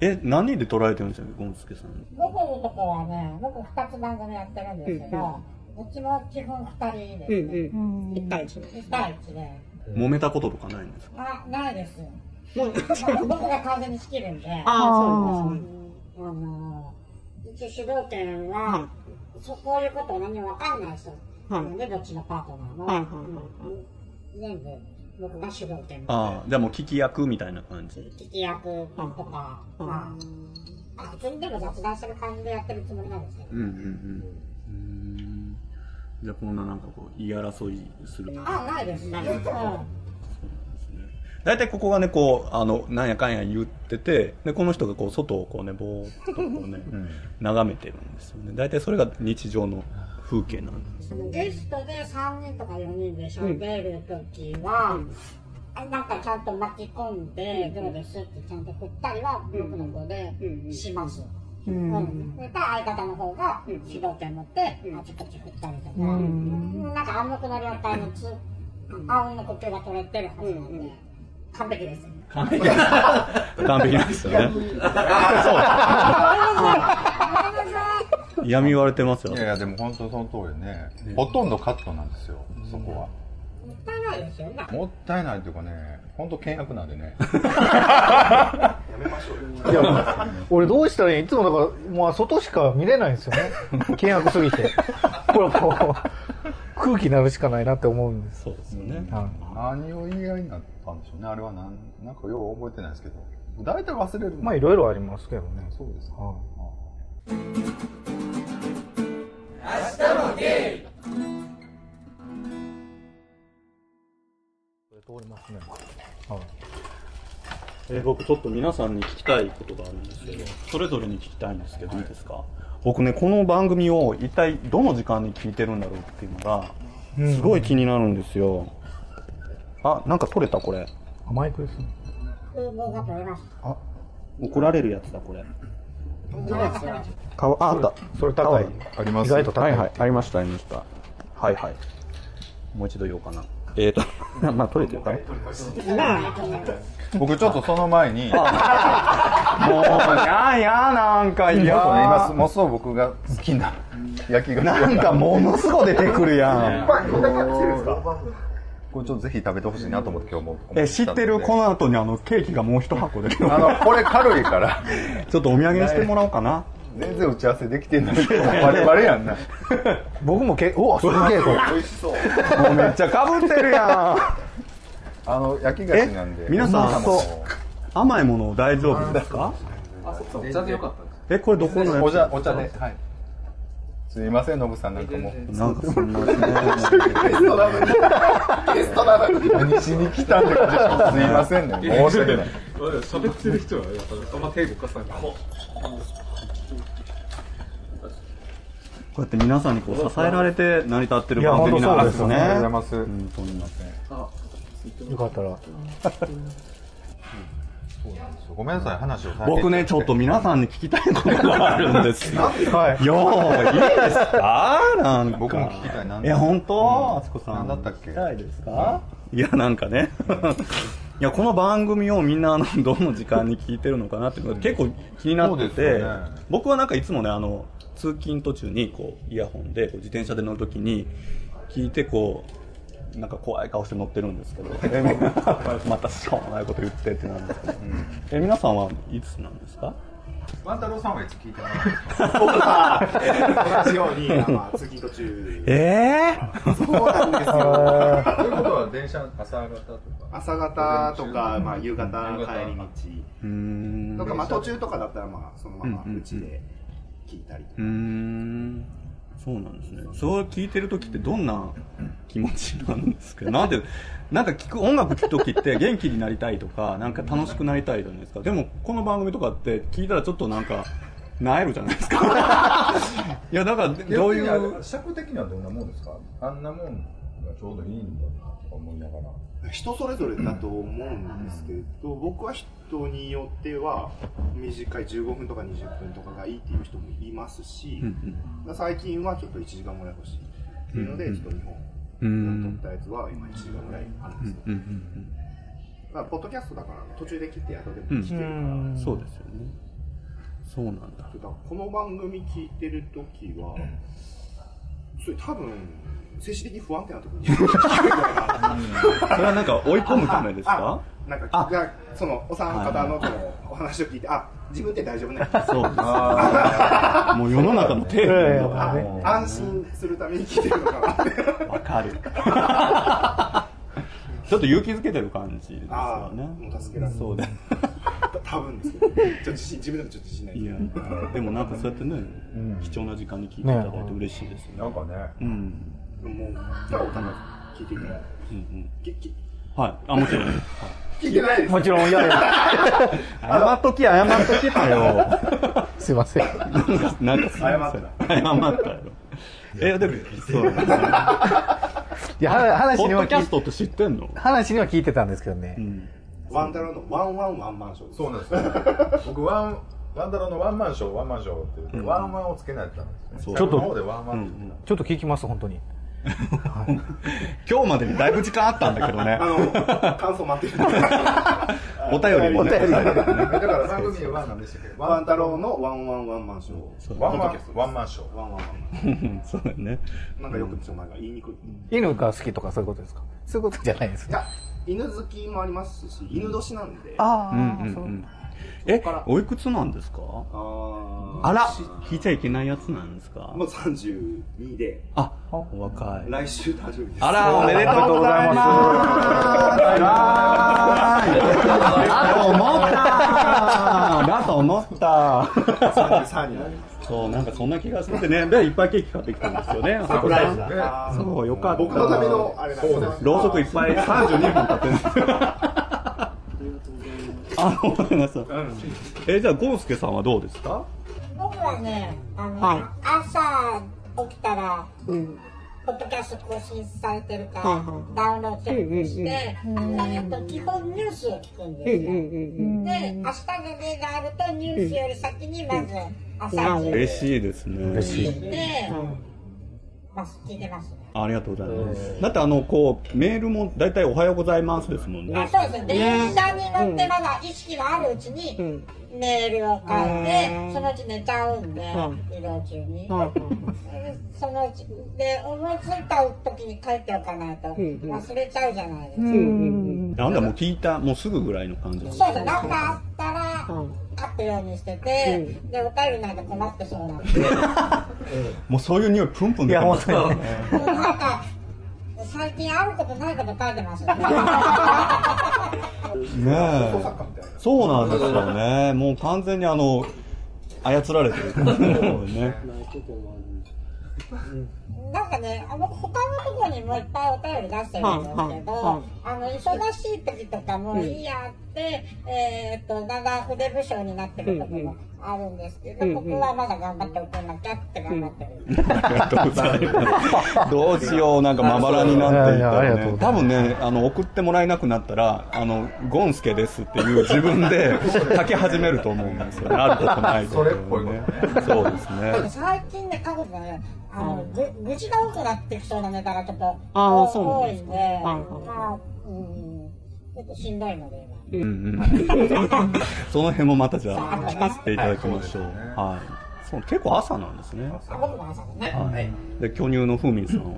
[SPEAKER 1] え何人で捉えてるんですかゴンスケさん
[SPEAKER 5] 僕のとこはね、僕二つ番組やってるんですけど、うちも基本二人です、ね。
[SPEAKER 9] 一対一
[SPEAKER 5] 一対一で。
[SPEAKER 1] 揉めたこととかないんですか
[SPEAKER 5] あ、ないです。 *laughs* 僕が完全に仕切るんで、あ
[SPEAKER 9] ああ、そうですね。
[SPEAKER 5] の、一応主導権は、そこういうことを何も分かんない人、
[SPEAKER 9] はい
[SPEAKER 5] ね、どっちのパートナーも、
[SPEAKER 9] はいはいはい
[SPEAKER 5] 全部僕が主導権
[SPEAKER 1] ああじゃあもう聞き役みたいな感じ
[SPEAKER 5] 聞き役とか、
[SPEAKER 9] うん
[SPEAKER 5] まあ、普通にでも雑談する感じでやってるつもりなんですけど、
[SPEAKER 1] うんうんうんうーんじゃあこんななんかこう言い争いする
[SPEAKER 5] あ、ないです。いつも
[SPEAKER 1] 大体ここがね、こう、あの、なんやかんや言ってて、で、この人がこう、外をこうね、ぼーっとこうね、眺めてるんですよね。大体それが日常の風景なんです。
[SPEAKER 5] そのゲストで3人とか4人で喋るときは、あなんかちゃんと巻き込んで、どうですってちゃんと振ったりは、僕の子でします。うん。それから相方の方が主導権持って、あちこち振ったりとか、うんなんか暗黙の了解のつ、あうんの呼吸が取れてるはずなんで、完璧 *laughs* です。
[SPEAKER 1] 完璧なんですよ *laughs* ね。そう。嫌味言われてますよ
[SPEAKER 2] い。やいやでも本当その通りねほとんどカットなんですよそこは
[SPEAKER 5] もったいないですよね。
[SPEAKER 2] もったいないというかね本当険悪なんでね
[SPEAKER 8] やめましょうよ。
[SPEAKER 3] いや、 *laughs* 俺どうしたらいいいつもだ *laughs* から、まあ、外しか見れないんですよね。倹約すぎて。これもう、空気になるしかないなって思うんです。
[SPEAKER 1] そうですよね。
[SPEAKER 3] はい
[SPEAKER 2] 何を言い合いになったんでしょうねあれはなんなんかよう覚えてないですけど大体忘れる
[SPEAKER 3] まあいろいろありますけどね。
[SPEAKER 2] そうですか
[SPEAKER 3] はい通りますね。はい。
[SPEAKER 1] えー僕ちょっと皆さんに聞きたいことがあるんですけどそれぞれに聞きたいんですけど、い、いですか僕ねこの番組を一体どの時間に聞いてるんだろうっていうのが
[SPEAKER 3] ん
[SPEAKER 1] すごい気になるんですよ、あなんか取れたこれ
[SPEAKER 3] あマイクですね。
[SPEAKER 5] で、もうが取れました。
[SPEAKER 1] 怒られるやつだこれ
[SPEAKER 5] 長かったです。
[SPEAKER 1] かわああった
[SPEAKER 3] それ高い。
[SPEAKER 2] ありま
[SPEAKER 3] 意
[SPEAKER 2] す
[SPEAKER 3] 外と高い。
[SPEAKER 1] はいはいありましたありましたはいはいもう一度言おうかなえっ、ー、と *laughs* まあ取れてるかな
[SPEAKER 2] 僕ちょっとその前に
[SPEAKER 1] もうややなん *laughs* か
[SPEAKER 2] ちょっとね
[SPEAKER 1] や
[SPEAKER 2] 今もうすぐ僕が好きな焼きが
[SPEAKER 1] なんかものすご出てくるやん
[SPEAKER 2] これちょっとぜひ食べてほしいなと思って今日も
[SPEAKER 1] え知ってるこの後にあのケーキがもう一箱出てくる
[SPEAKER 2] あのこれ軽いから
[SPEAKER 1] ちょっとお土産にしてもらおうかな。
[SPEAKER 2] 全然打ち合わせできてないバレバレやんな
[SPEAKER 3] 僕もけ、おすげえこれ。
[SPEAKER 2] 美味しそう
[SPEAKER 1] もうめっちゃかぶってるや
[SPEAKER 2] あの焼き菓子なんで
[SPEAKER 1] え皆さん
[SPEAKER 2] おも
[SPEAKER 1] ん。甘いもの大丈夫ですか？
[SPEAKER 7] あ、そっか、お茶でよかったんです
[SPEAKER 1] え、これどこの
[SPEAKER 2] お
[SPEAKER 1] や
[SPEAKER 2] 茶お茶ではいすいませんノブさんなんかもう
[SPEAKER 1] つ？なんかそんなね。
[SPEAKER 2] 何しに来たんだかすいま *laughs* せんね申し訳ない
[SPEAKER 6] 喋ってる人はやっぱあんま手動かさないこ
[SPEAKER 1] こうやって皆さんにこう支えられて成り立ってる
[SPEAKER 3] いや
[SPEAKER 1] 番組なんですよね。
[SPEAKER 2] ありがとうございます
[SPEAKER 1] 本当に
[SPEAKER 3] よかったら。
[SPEAKER 2] ごめんなさい話を
[SPEAKER 1] 僕ね、ちょっと皆さんに聞きたいことがあるんですよ。
[SPEAKER 3] はい。
[SPEAKER 1] よ *laughs* ー、いいですかなんか。
[SPEAKER 2] 僕も聞きたいなん
[SPEAKER 1] いや、本当あつこさん。
[SPEAKER 2] なんだったっけ
[SPEAKER 1] 聞きたいですかいや、なんかね。 *laughs* いや、この番組をみんな、あの、 *laughs* どの時間に聞いてるのかなっていうのが結構気になって
[SPEAKER 2] そうで
[SPEAKER 1] て
[SPEAKER 2] すよね、
[SPEAKER 1] 僕はなんかいつもね、あの、通勤途中に、こう、イヤホンで、こう自転車で乗るときに、聞いて、こう、なんか怖い顔して乗ってるんですけど、 *laughs* えみまたしょうもないこと言ってってなるんですけど、え皆さんはいつなんですか
[SPEAKER 2] 万太郎さんはいつ聞いてもらう
[SPEAKER 8] 同じように、あの通勤途中、
[SPEAKER 1] え
[SPEAKER 2] ということは電車朝方とか
[SPEAKER 8] 朝方とか、まあ、夕方
[SPEAKER 6] 夕方
[SPEAKER 8] 帰り
[SPEAKER 1] ー、うーん
[SPEAKER 8] 道とか、まあ、途中とかだったら、まあ、そのま
[SPEAKER 1] う
[SPEAKER 8] ま
[SPEAKER 1] んうんうん
[SPEAKER 8] うちで聞いたりとか
[SPEAKER 1] うーんそうなんですねそう聞いてる時ってどんな気持ちなんです *laughs* かなんでなんか聞く音楽聴く時って元気になりたいとかなんか楽しくなりたいじゃないですかでもこの番組とかって聞いたらちょっとなんかなえるじゃないです *laughs* かいやだからどういう
[SPEAKER 2] 尺的にはどんなもんですかあんなもんがちょうどいいんだなとか思いながら
[SPEAKER 8] 人それぞれだと思うんですけど、僕は人によっては短い15分とか20分とかがいいっていう人もいますし、最近はちょっと1時間ぐらい欲しいっていうので、
[SPEAKER 1] うん
[SPEAKER 8] ちょっと2
[SPEAKER 1] う
[SPEAKER 8] 本撮っ
[SPEAKER 1] ん
[SPEAKER 8] たやつは今1時間ぐらいあるん
[SPEAKER 1] う
[SPEAKER 8] です
[SPEAKER 1] ん
[SPEAKER 8] よ、
[SPEAKER 1] うんうん
[SPEAKER 8] まあポッドキャストだから途中で切って後でも聞けるから、
[SPEAKER 1] うんそうですよねそうなんだ
[SPEAKER 8] だからこの番組聞いてる時は、それ多分精神的に不安定な時に
[SPEAKER 1] それはなんか追い込むためですか
[SPEAKER 8] なんか
[SPEAKER 1] あ
[SPEAKER 8] がそのお三方のこのお話を聞いてあ自分って大丈夫なんだ
[SPEAKER 1] そうです *laughs* もう世の中のテーマだ
[SPEAKER 8] あ
[SPEAKER 3] ね
[SPEAKER 8] 安心するために聞いてるのかなって。
[SPEAKER 1] わか *laughs* る。ちょっと勇気づけてる感じですよ
[SPEAKER 8] ああ、
[SPEAKER 1] ね。
[SPEAKER 8] もう助けられる。
[SPEAKER 1] そうだ。
[SPEAKER 8] 多分ですけど、ちょっと自信、自分でもちょっと自信ない
[SPEAKER 1] い
[SPEAKER 8] で
[SPEAKER 1] や、でもなんかそうやってね、貴重な時間に聞いていただいて嬉しいです
[SPEAKER 2] な
[SPEAKER 1] よ
[SPEAKER 2] ん
[SPEAKER 1] ね。
[SPEAKER 2] かね
[SPEAKER 1] うん。
[SPEAKER 8] す。もう、ただお互い聞いていただい
[SPEAKER 1] うんうん。
[SPEAKER 8] て。きき
[SPEAKER 1] はい。あ、もちろん。
[SPEAKER 8] 聞いてないです。
[SPEAKER 3] もちろん嫌です。
[SPEAKER 1] 謝っとき、謝っときだよ。
[SPEAKER 3] すいません。
[SPEAKER 1] *laughs* なんかすいません、謝ったよ。え、でも、そう。
[SPEAKER 3] いや、は話
[SPEAKER 1] ポ
[SPEAKER 3] に
[SPEAKER 1] ッド
[SPEAKER 3] は
[SPEAKER 1] キャ
[SPEAKER 3] 聞い
[SPEAKER 1] ストって知ってんの
[SPEAKER 3] 話には聞いてたんですけどね。
[SPEAKER 1] うん。
[SPEAKER 8] ワンダローのワンワンワンマンション。
[SPEAKER 2] そうなん *laughs* ですよ、僕ワンワンダローのワンマンショーワンマンショーって言って、ワンワンをつけないとダメです
[SPEAKER 1] そ
[SPEAKER 2] ね
[SPEAKER 1] う
[SPEAKER 2] ちょっと方でワンワンって言ってた、
[SPEAKER 3] ちょっと聞きます、本当に。
[SPEAKER 1] 今日までにだいぶ時間 *laughs* あったんだけどね
[SPEAKER 8] あ。の、感想待って *laughs* る。
[SPEAKER 1] お便りもね。
[SPEAKER 2] だから番組は何でしたっけ
[SPEAKER 8] ワンダローのワンワンワンマンション。
[SPEAKER 1] そう
[SPEAKER 2] ワンワンワンマンショー
[SPEAKER 8] ワンワンワンマンシ
[SPEAKER 1] うん *laughs* そうだね。
[SPEAKER 8] ョン。なんかよくちょっと前が言いにくい。
[SPEAKER 3] 犬が好きとかそういうことですかそういうことじゃないです
[SPEAKER 8] い
[SPEAKER 3] ね。
[SPEAKER 8] や、犬好きもありますし、犬年なんで、
[SPEAKER 3] あ
[SPEAKER 1] うんうんうん。え、おいくつなんですか
[SPEAKER 8] あ
[SPEAKER 3] あら
[SPEAKER 1] 聞いちゃいけないやつなんですか
[SPEAKER 8] ーもう32で、
[SPEAKER 1] あ、お若い。
[SPEAKER 8] 来週誕生日です。
[SPEAKER 1] あら、おめでとうございます。だと思っただと思った
[SPEAKER 8] 33になります。
[SPEAKER 1] そう、なんかそんな気がしてね。で、いっぱいケーキ買ってきたんですよね。サプライズだ。
[SPEAKER 8] あー
[SPEAKER 1] そう、よかった。
[SPEAKER 8] 僕のための、あれなんですね
[SPEAKER 1] ろうそくいっぱい32本買ってるんですよ。 *laughs* あ、ごめんなさい。え、じゃあ、ゴンスケさんはどうですか
[SPEAKER 5] 僕はね、あの、
[SPEAKER 9] はい
[SPEAKER 5] 朝起きたら、
[SPEAKER 9] うん。
[SPEAKER 5] ポッドキャスト更新されてるから、
[SPEAKER 9] はいはい
[SPEAKER 5] ダウンロードチェックして、えっと基本ニュースを聞くん
[SPEAKER 9] うん
[SPEAKER 5] です
[SPEAKER 9] う
[SPEAKER 5] よ。
[SPEAKER 9] んうんうん。
[SPEAKER 5] で、明日の例があると、ニュースより先にまず朝
[SPEAKER 9] うん
[SPEAKER 5] 一
[SPEAKER 1] 嬉しいですね。嬉しい。
[SPEAKER 5] で、まあ、聞いてますね。
[SPEAKER 1] ありがとうございます。だってあの、こう、メールも大体おはようございますですもん
[SPEAKER 5] あ
[SPEAKER 1] ね。
[SPEAKER 5] そうですね。電車に乗ってまだ意識があるうちに
[SPEAKER 9] ん
[SPEAKER 5] メールを書いて、
[SPEAKER 9] うん
[SPEAKER 5] そのうち寝ちゃうんで、
[SPEAKER 9] う
[SPEAKER 5] 移動中に。
[SPEAKER 9] はい
[SPEAKER 5] そのうち、で、思いついた時に書いておかないと
[SPEAKER 9] んうん
[SPEAKER 5] 忘れちゃうじゃないですか。
[SPEAKER 9] うんうん
[SPEAKER 1] なんだもう聞いた、もうすぐぐらいの感じです。
[SPEAKER 5] そうです。なんかあったら、
[SPEAKER 9] うん
[SPEAKER 5] 書くようにしてて、で、お便りなんか困ってそうなんで。
[SPEAKER 1] もうそういう匂いプンプン出てますからね。
[SPEAKER 5] なんか、最近あることないこと書いて *laughs* ますね。
[SPEAKER 1] ねえ。そうなんですよね。もう完全にあの、操られて *laughs* る感じですもんね。
[SPEAKER 5] なんかね、あの他のところにもいっぱいお便り出してるんですけど、
[SPEAKER 9] は
[SPEAKER 5] あの忙しい時とかもいいやって、えーっとだんだん筆不詳になってるところもあるんですけど、
[SPEAKER 9] うんうん
[SPEAKER 5] ここはまだ頑張っておかなきゃって頑張ってる。
[SPEAKER 1] ありがとうございます。どうしよう、なんかまばらになっていた
[SPEAKER 3] いやいやあり
[SPEAKER 1] ら
[SPEAKER 3] がとう
[SPEAKER 1] ね
[SPEAKER 3] ご。ざ
[SPEAKER 1] 多
[SPEAKER 3] います
[SPEAKER 1] 分ね、あの、送ってもらえなくなったら、あの、ゴンスケですっていう自分で書き始めると思うんですよね。あることないこと、ね。
[SPEAKER 2] それっぽいこと
[SPEAKER 1] ね。そうです
[SPEAKER 5] なんか
[SPEAKER 1] ね。
[SPEAKER 5] 最近ね、過去がね、あの、ぐ愚痴が多くなってきそうなネタがちょっと
[SPEAKER 9] あー
[SPEAKER 5] 多
[SPEAKER 9] そうなん
[SPEAKER 5] 多い
[SPEAKER 9] です
[SPEAKER 5] ん
[SPEAKER 9] か
[SPEAKER 5] で、
[SPEAKER 9] はいはい
[SPEAKER 5] まあ、うん、ちょっとしんどいので、今。
[SPEAKER 1] うんうん。その辺もまたじゃあ、聞かせていただきましょう。はい。そう結構朝なんですね。
[SPEAKER 5] あ僕の朝だね。
[SPEAKER 1] はい。で、巨乳のふみさんは。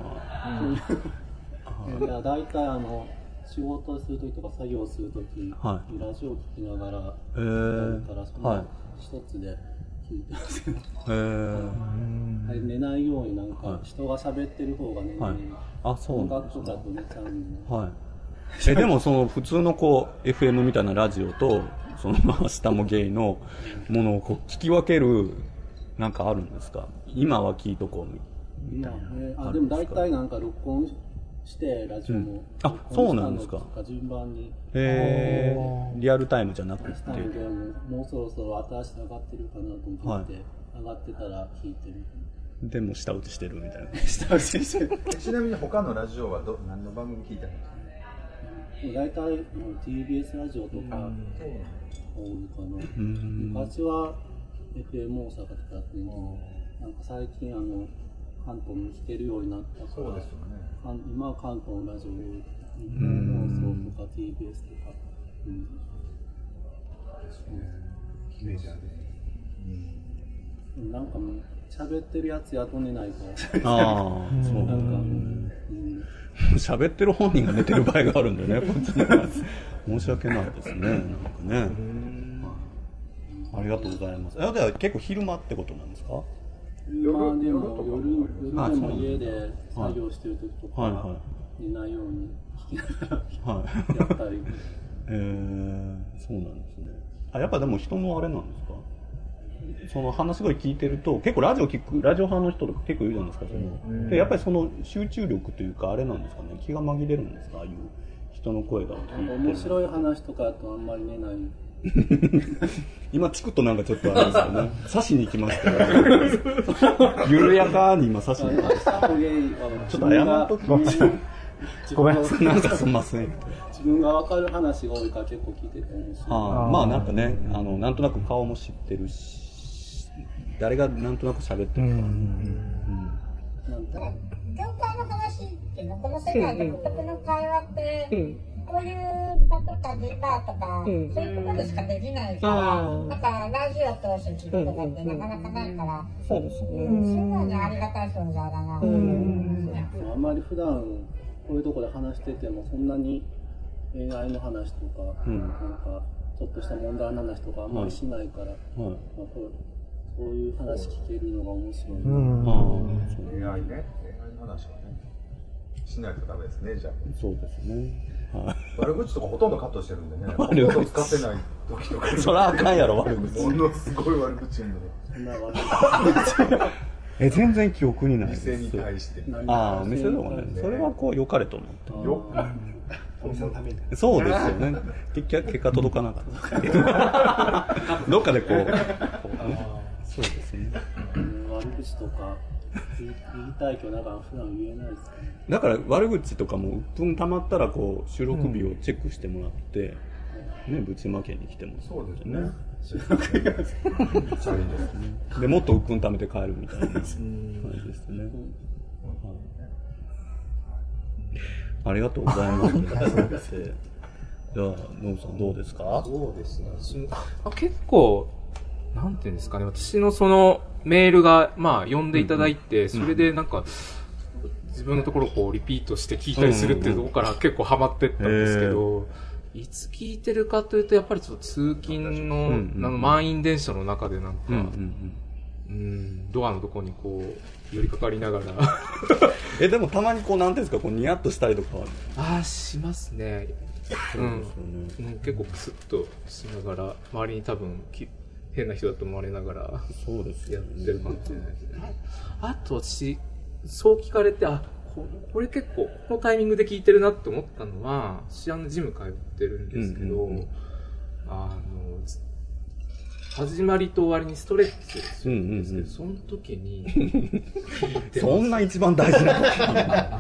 [SPEAKER 7] いや大体あの仕事するときとか作業するとき、
[SPEAKER 1] は
[SPEAKER 7] ラジオ聞きながら、
[SPEAKER 1] えー
[SPEAKER 7] だからそ、
[SPEAKER 1] はい
[SPEAKER 7] の。一つで聞いてますよ、
[SPEAKER 1] えー、
[SPEAKER 7] あれ寝ないようになん
[SPEAKER 1] はい
[SPEAKER 7] か人が喋ってる方が寝
[SPEAKER 1] はい
[SPEAKER 7] ない、
[SPEAKER 1] あ、そう
[SPEAKER 7] 音
[SPEAKER 1] なん
[SPEAKER 7] 楽
[SPEAKER 1] です
[SPEAKER 7] と
[SPEAKER 1] ね
[SPEAKER 7] かだと寝ちゃうんで
[SPEAKER 1] はい。え、でもその普通のこう、FM みたいなラジオと、そのまあ明日もゲイのものをこう聞き分ける、なんかあるんですか今は聞いとこうみ。
[SPEAKER 7] まあね
[SPEAKER 1] あ
[SPEAKER 7] あ
[SPEAKER 1] る
[SPEAKER 7] で
[SPEAKER 1] ん
[SPEAKER 7] も
[SPEAKER 1] です
[SPEAKER 7] 大
[SPEAKER 1] か
[SPEAKER 7] 体なんか録音してラジオも、
[SPEAKER 1] うんあそうなんですか
[SPEAKER 7] 録音したのと順番に
[SPEAKER 1] えー、リアルタイムじゃなく
[SPEAKER 7] した
[SPEAKER 1] て。
[SPEAKER 7] のでももうそろそろ新しい上がってるかなと思って、上がってたら聞いてる
[SPEAKER 1] でも下打ちしてるみたいな。
[SPEAKER 7] 下打ち
[SPEAKER 1] *laughs*
[SPEAKER 7] してる
[SPEAKER 2] ちなみに他のラジオはど何の番組聞いたんですか
[SPEAKER 7] 大体もう TBS ラジオとかが多いかな、
[SPEAKER 1] うん。
[SPEAKER 7] 昔は FM 大阪とかやってるんですけどなんか最近あの関東も聞けるようになったからかん今は関東のラジオ日本放送とか TBS とか、うん
[SPEAKER 8] メジャーで。
[SPEAKER 7] でもなんかもう喋ってるやつ雇えないから
[SPEAKER 1] ああ、そう。
[SPEAKER 7] なんか、うん、
[SPEAKER 1] 喋ってる本人が寝てる場合があるんだよね、こっちのやつ申し訳ないですね、なんかね。ありがとうございます。あ、では結構昼間ってことなんですか
[SPEAKER 7] 夜でも夜夜でも家で作業してる時と
[SPEAKER 1] はいは
[SPEAKER 7] か寝ないように聞きなが
[SPEAKER 1] は
[SPEAKER 7] らやったり。
[SPEAKER 1] えー、そうなんですね。あ、やっぱでも人のあれなんですかその話すごい聞いてると、結構ラジオ聞く、ラジオ派の人とか結構いるじゃないですか、その。で、やっぱりその集中力というか、あれなんですかね、気が紛れるんですか、ああいう人の
[SPEAKER 3] *laughs*
[SPEAKER 1] 声が聞いて。
[SPEAKER 7] 面白い話とかだとあんまり寝ない。
[SPEAKER 1] 今チクッとなんかちょっとあれですよね刺しに行きましたよ
[SPEAKER 3] *laughs*
[SPEAKER 1] 緩やかに今刺しに行きまし
[SPEAKER 7] ちょっと
[SPEAKER 1] たちょっと謝っときま
[SPEAKER 7] 自
[SPEAKER 1] す
[SPEAKER 7] 分が
[SPEAKER 3] ごめんな
[SPEAKER 7] 自分
[SPEAKER 1] な
[SPEAKER 7] が
[SPEAKER 1] んかすんません
[SPEAKER 7] 自分が分かる話が多いから結構聞いてて面白い。
[SPEAKER 1] ああまあなんかねあのなんとなく顔も知ってるし誰がなんとなく喋ってるか、
[SPEAKER 7] なんか
[SPEAKER 5] 業界の話っていうの、この世界の独特の会話って、
[SPEAKER 9] うん
[SPEAKER 5] こういう場とかデバーとか、
[SPEAKER 9] ん
[SPEAKER 5] そういうとこでしかできないから、
[SPEAKER 9] うん
[SPEAKER 5] なんかラジオ通して聞くとかってなかなかないから、
[SPEAKER 9] そうですね。
[SPEAKER 5] 素直にありがたい存在だなって思いますね。
[SPEAKER 7] あんまり普段こういうとこで話しててもそんなに恋愛の話とか、なんかちょっとした問題なんだ人があんまりしないから、
[SPEAKER 1] い
[SPEAKER 7] まあこうそういう話聞けるのが面白い。
[SPEAKER 3] うん
[SPEAKER 2] 恋愛ね恋愛の話はねしないとダメですねじゃあ
[SPEAKER 1] そうですね。
[SPEAKER 2] 悪口とかほとんどカットしてるんでね
[SPEAKER 1] 悪口
[SPEAKER 2] ほとんど使ってない時とか
[SPEAKER 1] そらあかんやろ、悪口。
[SPEAKER 2] ものすごい悪口言うのよ
[SPEAKER 7] そんな悪
[SPEAKER 1] え、全然記憶にないです
[SPEAKER 2] 店に対して
[SPEAKER 7] い
[SPEAKER 1] ああ、店の方がね、それはこう、良かれと思って。
[SPEAKER 2] よっ
[SPEAKER 8] お店のために。
[SPEAKER 1] そうですよね。 *laughs* 結局、結果届かなか *laughs* った。どっかでこう、こうねそうですね。
[SPEAKER 7] 悪口とか言い *laughs* 言いたいけどなんか普段言えないですかね。
[SPEAKER 1] だから悪口とかも鬱憤溜まったらこう収録日をチェックしてもらって、ねぶちまけに来てもらって
[SPEAKER 2] そうです
[SPEAKER 1] ね
[SPEAKER 2] ねめっちゃいいですね
[SPEAKER 1] でもっと鬱憤溜めて帰るみたいな感じですね、はいありがとうございます先生じゃあノブさんどうですか
[SPEAKER 8] そうですね。
[SPEAKER 6] 結構、なんていうんですかね、私のそのメールが、まあ、読んでいただいて、それでなんか、自分のところをこう、リピートして聞いたりするっていうところから結構ハマってったんですけど、いつ聞いてるかというと、やっぱりちょっと通勤の、
[SPEAKER 1] うんうん
[SPEAKER 6] あの満員電車の中でなんか、
[SPEAKER 1] うんうんうん
[SPEAKER 6] うんドアのところにこう、寄りかかりながら、
[SPEAKER 1] えでもたまにこうなんていうんですかこうニヤッとしたりとかは
[SPEAKER 6] *laughs* ああ、しますね。うん
[SPEAKER 1] そうですよね
[SPEAKER 6] うん、結構クスッとしながら、周りに多分き変な人だと思われながら、
[SPEAKER 1] そうです
[SPEAKER 6] や
[SPEAKER 1] よ
[SPEAKER 6] っ
[SPEAKER 1] ね
[SPEAKER 6] てるかもしれないですね。あと私、そう聞かれて、あ、ここれ結構、このタイミングで聞いてるなって思ったのは、私あのジム通ってるんですけど、
[SPEAKER 1] うんうんうん
[SPEAKER 6] あの、ず始まりと終わりにストレッチをするんですけど、
[SPEAKER 1] うんうんうん
[SPEAKER 6] その時に、聞いてます
[SPEAKER 1] *laughs* そんな一番大事なこ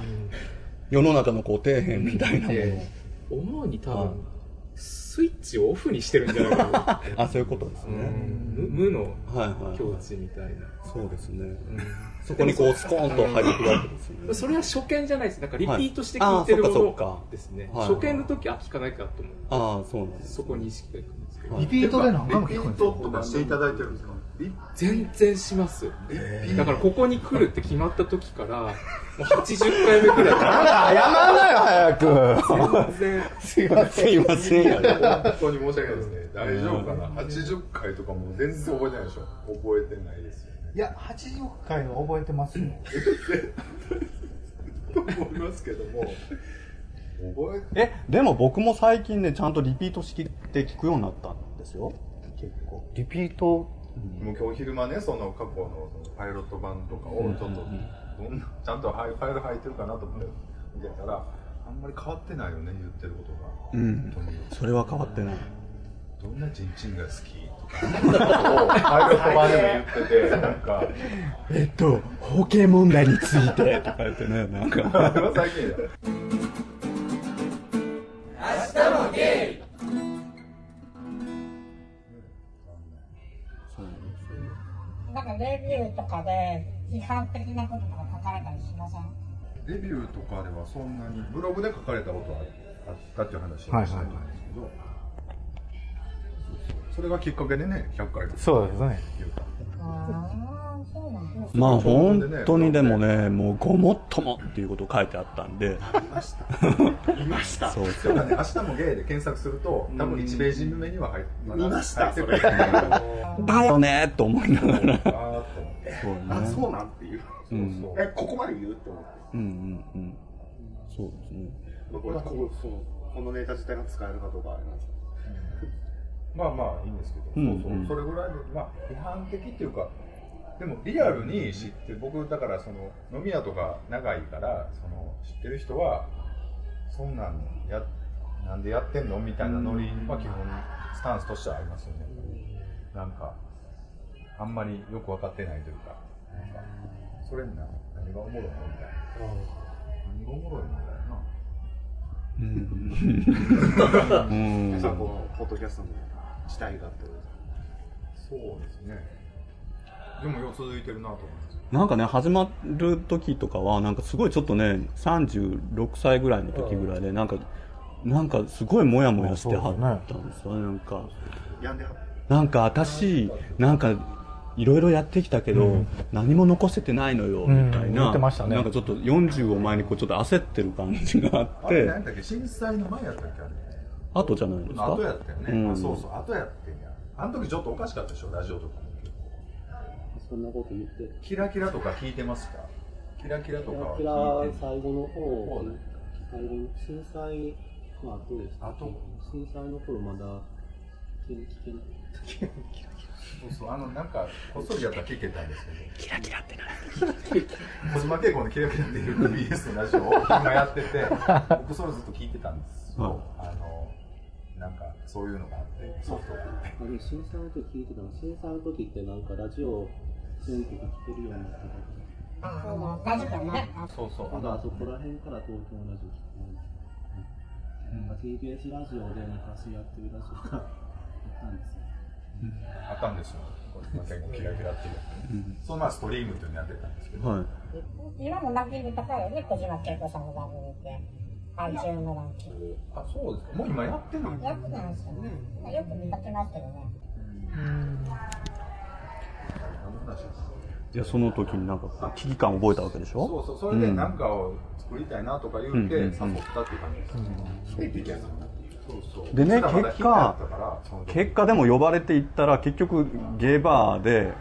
[SPEAKER 1] と世の中のこう底辺みたいなものを
[SPEAKER 6] で思うに多
[SPEAKER 1] はい
[SPEAKER 6] 分、スイッチをオフにしてるんじゃないかなと思って
[SPEAKER 1] あそういうこと *laughs* です
[SPEAKER 6] う
[SPEAKER 1] ね、
[SPEAKER 6] ん無無の
[SPEAKER 1] はいはい
[SPEAKER 6] 境地みたいな、
[SPEAKER 1] そうですね
[SPEAKER 6] うん
[SPEAKER 1] そこにこうスコーンと入ってくるわけですよね
[SPEAKER 6] それは初見じゃないですなんかリピートして
[SPEAKER 1] はい
[SPEAKER 6] 聞いてるも
[SPEAKER 1] あーそっかそっ
[SPEAKER 6] の
[SPEAKER 1] か
[SPEAKER 6] ですね、
[SPEAKER 1] はい
[SPEAKER 6] 初見の時は聞かないかと思う、
[SPEAKER 1] ああそうなんです
[SPEAKER 6] そこに意識がいくんですけど、
[SPEAKER 1] はい
[SPEAKER 3] リピートで何回も
[SPEAKER 2] リ
[SPEAKER 3] 聞
[SPEAKER 2] ピ
[SPEAKER 3] く
[SPEAKER 2] ー
[SPEAKER 3] んです
[SPEAKER 2] ト
[SPEAKER 3] よ。
[SPEAKER 2] とかしていただいてるんですかリ
[SPEAKER 6] 全然しますよだからここに来るって決まった時からもう80回目くら
[SPEAKER 3] 謝らないよ、早く。
[SPEAKER 6] い全然
[SPEAKER 3] すいません。
[SPEAKER 1] すいませんやね
[SPEAKER 2] 本当に申し訳ないですね大丈夫かな80回とかもう全然覚えてないでしょ覚えてないですよね
[SPEAKER 3] いや、80回は覚えてますよ。
[SPEAKER 2] と思いますけども覚えて
[SPEAKER 1] えでも僕も最近ねちゃんとリピートして聞くようになったんですよ結構
[SPEAKER 3] リピート、
[SPEAKER 2] もう今日昼間ねその過去のそのパイロット版とかをちょっとどんなちゃんとファイファイル入ってるかなと思って見てたらあんまり変わってないよね言ってることが、
[SPEAKER 1] うん
[SPEAKER 2] 本当に
[SPEAKER 1] それは変わってない
[SPEAKER 2] どんなチンチンが好きとか *laughs* パイロット版でも言っててなん *laughs* か
[SPEAKER 1] えっと法茎問題についてとか言ってねなんか
[SPEAKER 2] それは最近だ
[SPEAKER 5] なんかレビューとかで批判的なこととか書かれたりしません
[SPEAKER 2] デビューとかではそんなにブログで書かれたことはあったっていう話をしたんですけど、
[SPEAKER 3] はいはい
[SPEAKER 2] それがきっかけでね100回
[SPEAKER 3] そうですね。
[SPEAKER 2] 言うた
[SPEAKER 5] ああ、そうなんです
[SPEAKER 1] まあ本当にでもねもうごもっともっていうこと書いてあったんで
[SPEAKER 2] いました
[SPEAKER 1] *laughs*
[SPEAKER 8] いました。
[SPEAKER 1] そう
[SPEAKER 2] それがね明日もゲイで検索すると多分1ページ目には入って
[SPEAKER 8] 見まし
[SPEAKER 2] 入
[SPEAKER 8] た
[SPEAKER 2] ってくるあ
[SPEAKER 1] だよねと思いながら
[SPEAKER 2] ーっと思って
[SPEAKER 1] そう
[SPEAKER 8] あ、
[SPEAKER 1] ね
[SPEAKER 8] そうなんっていう。
[SPEAKER 1] うん
[SPEAKER 8] え、ここまで言うって思って。
[SPEAKER 1] うんうんうんそうですね
[SPEAKER 8] これここそうこのネタ自体が使えるかどうかあれなんですけど
[SPEAKER 2] まあまあいいんですけど、
[SPEAKER 1] うん
[SPEAKER 2] そう
[SPEAKER 1] うん
[SPEAKER 2] そうそれぐらいで、まあ、批判的っていうかでもリアルに知って僕だからその飲み屋とか長いからその知ってる人はそんなんやなんでやってんのみたいなノリは基本スタンスとしてはありますよねなんかあんまりよく分かってないというかなんかそれにな何がおもろいのみたいな何がおもろいのみたいな
[SPEAKER 1] うん
[SPEAKER 8] 実はこのポッドキャストの事態があって
[SPEAKER 2] そうですねでもよう続いてるなと思います
[SPEAKER 1] なんかね、始まる時とかは、なんかすごいちょっとね、36歳ぐらいの時ぐらいで、なんか、なんかすごいモヤモヤしてはったんですよね、なんか。
[SPEAKER 8] 病んではっ
[SPEAKER 1] なんか私、なんか、いろいろやってきたけど、何も残せてないのよ、みたい
[SPEAKER 3] うん
[SPEAKER 1] な。
[SPEAKER 3] 言ってましたね
[SPEAKER 1] なんかちょっと40を前にこうちょっと焦ってる感じがあっ
[SPEAKER 2] あれ
[SPEAKER 1] て、
[SPEAKER 2] 何だっけ震災の前やったっけあれ
[SPEAKER 1] あとじゃないですか
[SPEAKER 2] 後やったよね、
[SPEAKER 1] うん
[SPEAKER 2] あそうそう後やってんやあの時ちょっとおかしかったでしょラジオとかも結構
[SPEAKER 7] そんなこと言って。
[SPEAKER 2] キラキラとか聞いてますかキラキラと
[SPEAKER 7] キ
[SPEAKER 2] か
[SPEAKER 7] ラ
[SPEAKER 2] は
[SPEAKER 7] キ
[SPEAKER 2] 聞
[SPEAKER 7] ラ
[SPEAKER 2] いて
[SPEAKER 7] 最後の
[SPEAKER 2] そ
[SPEAKER 7] 方
[SPEAKER 2] うね、
[SPEAKER 7] 最後の震災まあどうでしたっけ
[SPEAKER 2] 後
[SPEAKER 7] 震災の頃まだ聞け聞けない。
[SPEAKER 2] そうそうあのなんかこっそりやったら聞けたんですけどキラキラってな *laughs* 小島慶子のキラキラっていう BS のラジオを *laughs* 今やってて僕それずっと聞いてたんですよ、あのなんかそういうのがあってソフトがあって
[SPEAKER 7] あれ震災の時聞いてたの震災の時ってなんかラジオ全国聞けるようになって
[SPEAKER 5] 大丈夫だよね。
[SPEAKER 2] そうそう
[SPEAKER 7] た。ただそこら辺から東京のラジオ聞こえない。なんか TBS ラジオで昔やってるラジオがあったんですよ。
[SPEAKER 2] あったんですよ小島慶子キラキラっていうやつ、そのまあストリームというのやってたんですけど、
[SPEAKER 1] はい
[SPEAKER 5] 今もランキング高いよね、小島慶子さんの番組って。iTunes のランキング。
[SPEAKER 2] あそうですかもう今やってない
[SPEAKER 5] やってないですよね。よく見かけますけどね。
[SPEAKER 2] 何の話ですか
[SPEAKER 1] いやその時になんかこう危機感を覚えたわけでしょ
[SPEAKER 2] そうそうそれで何かを作りたいなとか言うて
[SPEAKER 1] うん
[SPEAKER 2] 誘ったっていう感じです、でピッチャーになったっていうそうそう
[SPEAKER 1] でね
[SPEAKER 2] うちらまだ
[SPEAKER 1] 結
[SPEAKER 2] ヒ
[SPEAKER 1] 果
[SPEAKER 2] ッターやったからその時
[SPEAKER 1] 結果でも呼ばれていったら結局ゲーバーで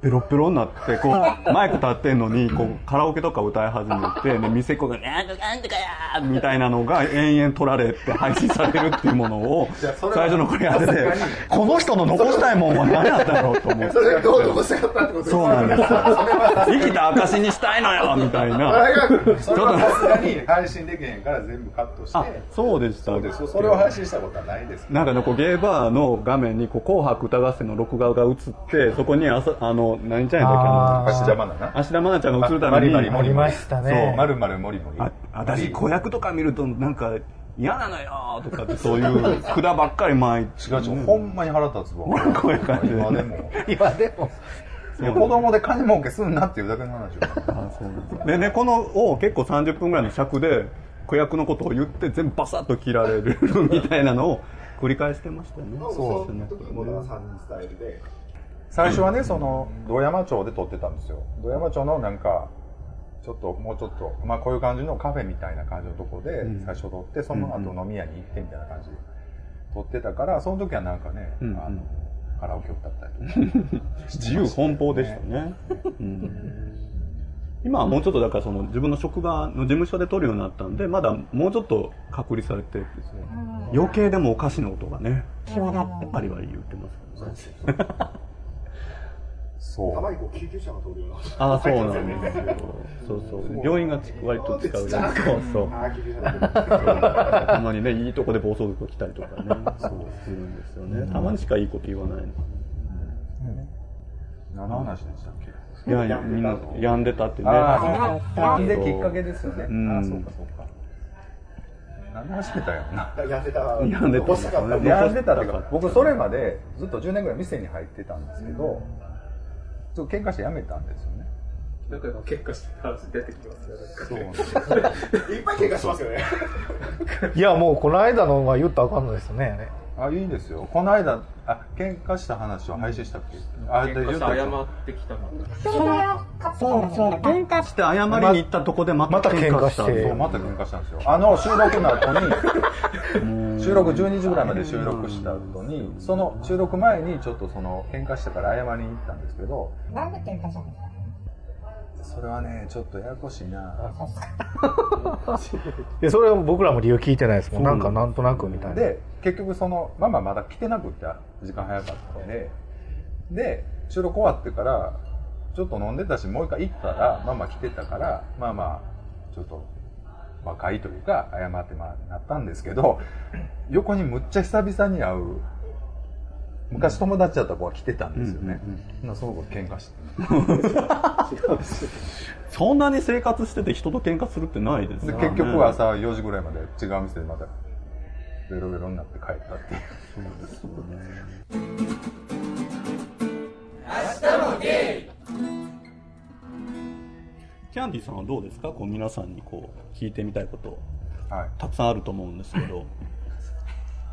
[SPEAKER 1] ペロペロになってこう *laughs* マイク立ってんのにこうカラオケとか歌い始めて、ね、店っ子が「なんとかなんとかや!」みたいなのが延々取られて配信されるっていうものを
[SPEAKER 2] いやそれは
[SPEAKER 1] 最初の頃やっててこの人の残したいもんは何やったんやろうと
[SPEAKER 2] *laughs*
[SPEAKER 1] 思って
[SPEAKER 8] それがどうとこしたかったってことです
[SPEAKER 1] そうなんですよ生きた証にしたいのよみたいな
[SPEAKER 2] 大学 *laughs* それはさすがに配信できへんから全部カットし
[SPEAKER 1] あ
[SPEAKER 2] て
[SPEAKER 1] そうでした
[SPEAKER 2] そうですそれを配信したことはないです
[SPEAKER 1] なんかね、こうゲーバーの画面にこう紅白歌合戦の録画が映って、そこにあさあの何ちゃんやったっけ
[SPEAKER 3] あ
[SPEAKER 1] な、
[SPEAKER 2] 昔邪魔だな
[SPEAKER 1] 芦田愛菜ちゃんが映るために、
[SPEAKER 2] あマリマ
[SPEAKER 3] あ
[SPEAKER 2] リ
[SPEAKER 3] りました
[SPEAKER 2] そう
[SPEAKER 3] ね。
[SPEAKER 2] まるまるもりもり
[SPEAKER 1] あ私、子役とか見ると、なんか嫌なのよとかって、そういう札ばっかり巻いて、
[SPEAKER 2] 違う違うほんまに腹立つわ
[SPEAKER 1] 俺こういう感じでね
[SPEAKER 2] 今でも
[SPEAKER 3] 今でも、
[SPEAKER 2] いや子供で金儲けすんなっていうだけの話よ
[SPEAKER 1] あそうなんですでね、このを結構30分ぐらいの尺で、子役のことを言って、全部バサッと切られるみたいなのを繰り返してましたよね、
[SPEAKER 8] そ
[SPEAKER 1] で
[SPEAKER 8] う
[SPEAKER 1] すね
[SPEAKER 8] その時もだから3人スタイルで
[SPEAKER 2] 最初はね、その土山町で撮ってたんですよ土山町のなんかちょっともうちょっと、まあ、こういう感じのカフェみたいな感じのとこで
[SPEAKER 1] ん
[SPEAKER 2] 最初撮って、その後飲み屋に行ってみたいな感じで撮ってたからその時はなんかね、
[SPEAKER 1] うんうん
[SPEAKER 2] あのカラオケ歌ったりとか
[SPEAKER 1] 自由奔放でしたね、今はもうちょっとだからその自分の職場の事務所で撮るようになったんでまだもうちょっと隔離されてるんですね余計でもお菓子の音がね
[SPEAKER 5] 際立って。
[SPEAKER 1] バリバリ言ってますけどね
[SPEAKER 2] そ
[SPEAKER 8] た
[SPEAKER 2] う
[SPEAKER 8] まにこう救急車が通るような
[SPEAKER 1] ああそうなんですよそうそう病院がち割と近うそうそう
[SPEAKER 8] ああ救急車が通
[SPEAKER 1] *laughs*
[SPEAKER 8] る
[SPEAKER 1] たまにねいいとこで暴走族来たりとかねそうするんですよねたまにしかいいこと言わないの
[SPEAKER 2] 何の話でしたっけ
[SPEAKER 1] いやいやみんな病んでたってね
[SPEAKER 2] あ
[SPEAKER 5] あ
[SPEAKER 2] なんできっかけですよね、
[SPEAKER 1] ん
[SPEAKER 2] ああそうかそうか何で始めたよな
[SPEAKER 8] やんでたら
[SPEAKER 1] 病んでた
[SPEAKER 8] 残したかった
[SPEAKER 2] やんでたっていうか僕それまでずっと10年ぐらい店に入ってたんですけど、ちょっと喧嘩して辞めたんですよね
[SPEAKER 6] なんか今結果してた話出てきますね。
[SPEAKER 8] いっぱい喧嘩しますよね
[SPEAKER 3] いや、もうこの間のは言ったらあかんのですよね。
[SPEAKER 2] あいいですよこの間あ喧嘩した話を配信したっけ、あで
[SPEAKER 6] 喧嘩して
[SPEAKER 2] 言う
[SPEAKER 6] 謝
[SPEAKER 2] と
[SPEAKER 6] ってきたの。
[SPEAKER 5] そうそうそう。喧嘩
[SPEAKER 1] して謝りに行ったとこでまた喧嘩したんですよ
[SPEAKER 2] そうまた喧嘩したんですよあの収録の後に収録12時ぐらいまで収録した後にその収録前にちょっとその喧嘩したから謝りに行ったんですけど
[SPEAKER 5] なんで喧嘩したんですか
[SPEAKER 2] それはねちょっとややこしいな
[SPEAKER 3] で、それは僕らも理由聞いてないですもん。なんかなんとなくみたいな。
[SPEAKER 2] で結局そのママまだ来てなくて時間早かったんでで収録終わってからちょっと飲んでたしもう一回行ったらママ来てたからまあまあちょっと和解というか謝ってまあなったんですけど横にむっちゃ久々に会う昔友達だった子が来てたんですよね、なその子喧嘩して
[SPEAKER 1] そんなに生活してて人と喧嘩するってないです
[SPEAKER 2] で
[SPEAKER 1] よね
[SPEAKER 2] 結局は朝4時ぐらいまで違う店でまたベロベロになって帰ったっていう
[SPEAKER 1] キャンディーさんはどうですかこう皆さんにこう聞いてみたいこと
[SPEAKER 2] はい
[SPEAKER 1] たくさんあると思うんですけど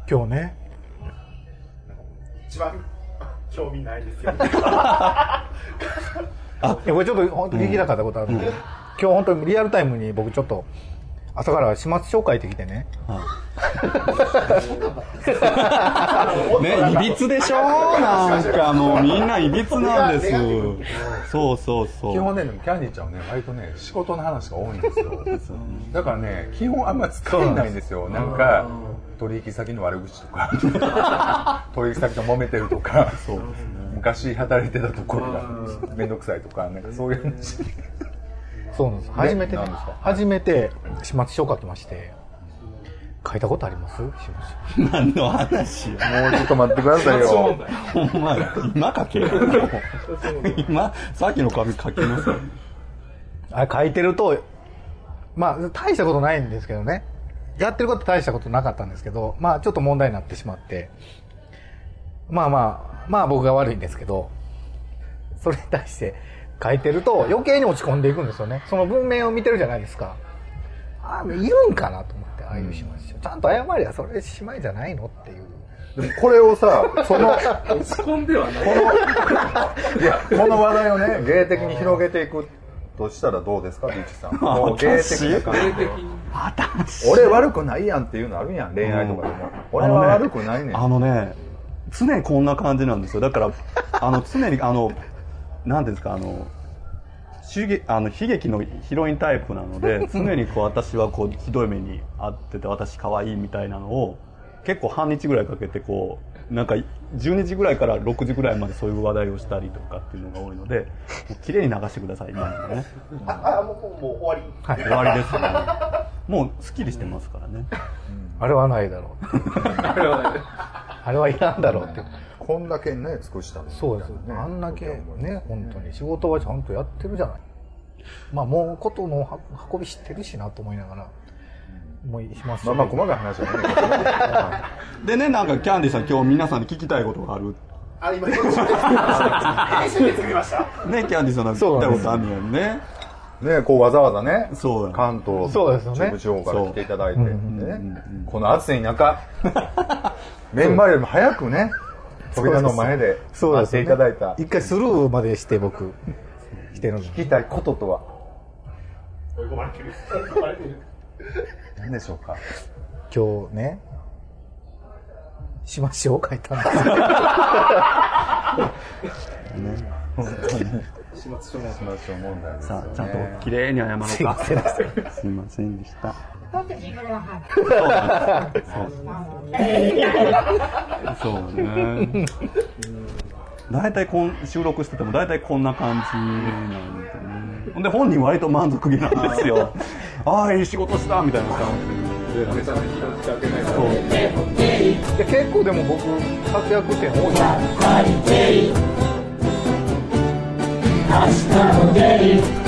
[SPEAKER 3] 今日ね。
[SPEAKER 8] 一番興味な
[SPEAKER 3] *laughs*
[SPEAKER 8] いですよ
[SPEAKER 3] いやこれちょっと本当に聞きたかったことあるんで、今日本当にリアルタイムに僕ちょっと朝から始末書書いてきてね。
[SPEAKER 1] *laughs* ね、いびつでしょなんかもうみんないびつなんです。そうそうそ
[SPEAKER 2] 基
[SPEAKER 1] う。
[SPEAKER 2] 本ね、でもキャンディーちゃんはね、割とね、仕事の話が多いんです *laughs* よ。だからね、基本あんまり使えないんですよ。なんか、取引先の悪口とか、 *laughs* 取引先と揉めてるとか、昔働いてたところがめんどくさいとか、なんかそういう話。
[SPEAKER 3] そうなんです。
[SPEAKER 2] ね
[SPEAKER 3] 初めてね
[SPEAKER 2] なんですか、
[SPEAKER 3] 初めて始末書書きまして、書いたことあります始末書。
[SPEAKER 1] 何の話もう
[SPEAKER 3] ちょっと待ってくださいよ
[SPEAKER 1] ほんま、今書け *laughs* 今、さっきの紙書きます
[SPEAKER 3] あれ書いてると、まあ、大したことないんですけどね。やってること大したことなかったんですけど、まあ、ちょっと問題になってしまって、まあまあ、まあ僕が悪いんですけど、それに対して書いてると余計に落ち込んでいくんですよね。その文明を見てるじゃないですか。ああ、いるんかなと思って、ああいう始末書。ちゃんと謝りゃそれしまいじゃないのっていう。
[SPEAKER 2] でもこれをさ、その、
[SPEAKER 6] 落ち込んではない。
[SPEAKER 2] いや、この話題をね、芸的に広げていくとしたらどうですか、ビーチさん。もう芸的な感じで俺悪くないやんっていうのあるやん、恋愛とかでも。俺は悪くないねん。
[SPEAKER 1] あのね、常にこんな感じなんですよ。だから、 *laughs* あの、常に、あの、なんていうんですか、あの、主義あの悲劇のヒロインタイプなので常にこう私はこうひどい目に遭ってて私可愛いみたいなのを結構半日ぐらいかけてこうなんか12時ぐらいから6時ぐらいまでそういう話題をしたりとかっていうのが多いのでもう綺麗に流してください今のね
[SPEAKER 8] あ、あもう、もう終わり。
[SPEAKER 1] 終わりですねもうすっきりしてますからね
[SPEAKER 3] あれはないだろう。 *laughs* あれはいらんだろうって。
[SPEAKER 2] こんだけね、尽くしたのに
[SPEAKER 3] そうですよね。あんだけね、本当に仕事はちゃんとやってるじゃない。まあ、もうことのは運び知ってるしなと思いながら、もうします
[SPEAKER 2] まあまあ、細かい話はね。
[SPEAKER 1] でねなんかキャンディさん今日皆さんに聞きたいことがある
[SPEAKER 8] あ、今、今、編集で作りました。
[SPEAKER 1] ねキャンディさんなんか聞きたいことあるんやんね
[SPEAKER 2] ね、こうわざわざね、
[SPEAKER 1] そうだ
[SPEAKER 2] 関東、
[SPEAKER 3] そうですよね
[SPEAKER 2] 中部地方から来ていただいて、
[SPEAKER 3] そう
[SPEAKER 2] ねこの暑い
[SPEAKER 3] *laughs*
[SPEAKER 2] 中、メンバーよりも早くね、扉の前で
[SPEAKER 3] そう
[SPEAKER 2] 待
[SPEAKER 3] で
[SPEAKER 2] っ
[SPEAKER 3] す
[SPEAKER 2] て
[SPEAKER 3] ね
[SPEAKER 2] いただいた、
[SPEAKER 3] 一回スルーまでして僕、してるんです。
[SPEAKER 2] 聞きたいこととは
[SPEAKER 8] 追い込まれてる。追い込まれてる。
[SPEAKER 2] 何でしょうか
[SPEAKER 3] 今日ね、しましを書いたんですよ。
[SPEAKER 2] 始末書問題ですよ
[SPEAKER 1] さ
[SPEAKER 2] ね
[SPEAKER 1] あちゃんと綺麗に謝ろう
[SPEAKER 3] すいま
[SPEAKER 1] か
[SPEAKER 3] せんでした
[SPEAKER 1] すいませんでした
[SPEAKER 5] だって自分は入る。
[SPEAKER 1] そうなんですそうそうね。大体こん収録してても大体こんな感じなんですよね。ほんで本人割と満足げなんです *laughs* よ。ああいい仕事したみたいな感じで。そう
[SPEAKER 3] で結構でも僕、活躍点多いな。
[SPEAKER 10] 明日もデイ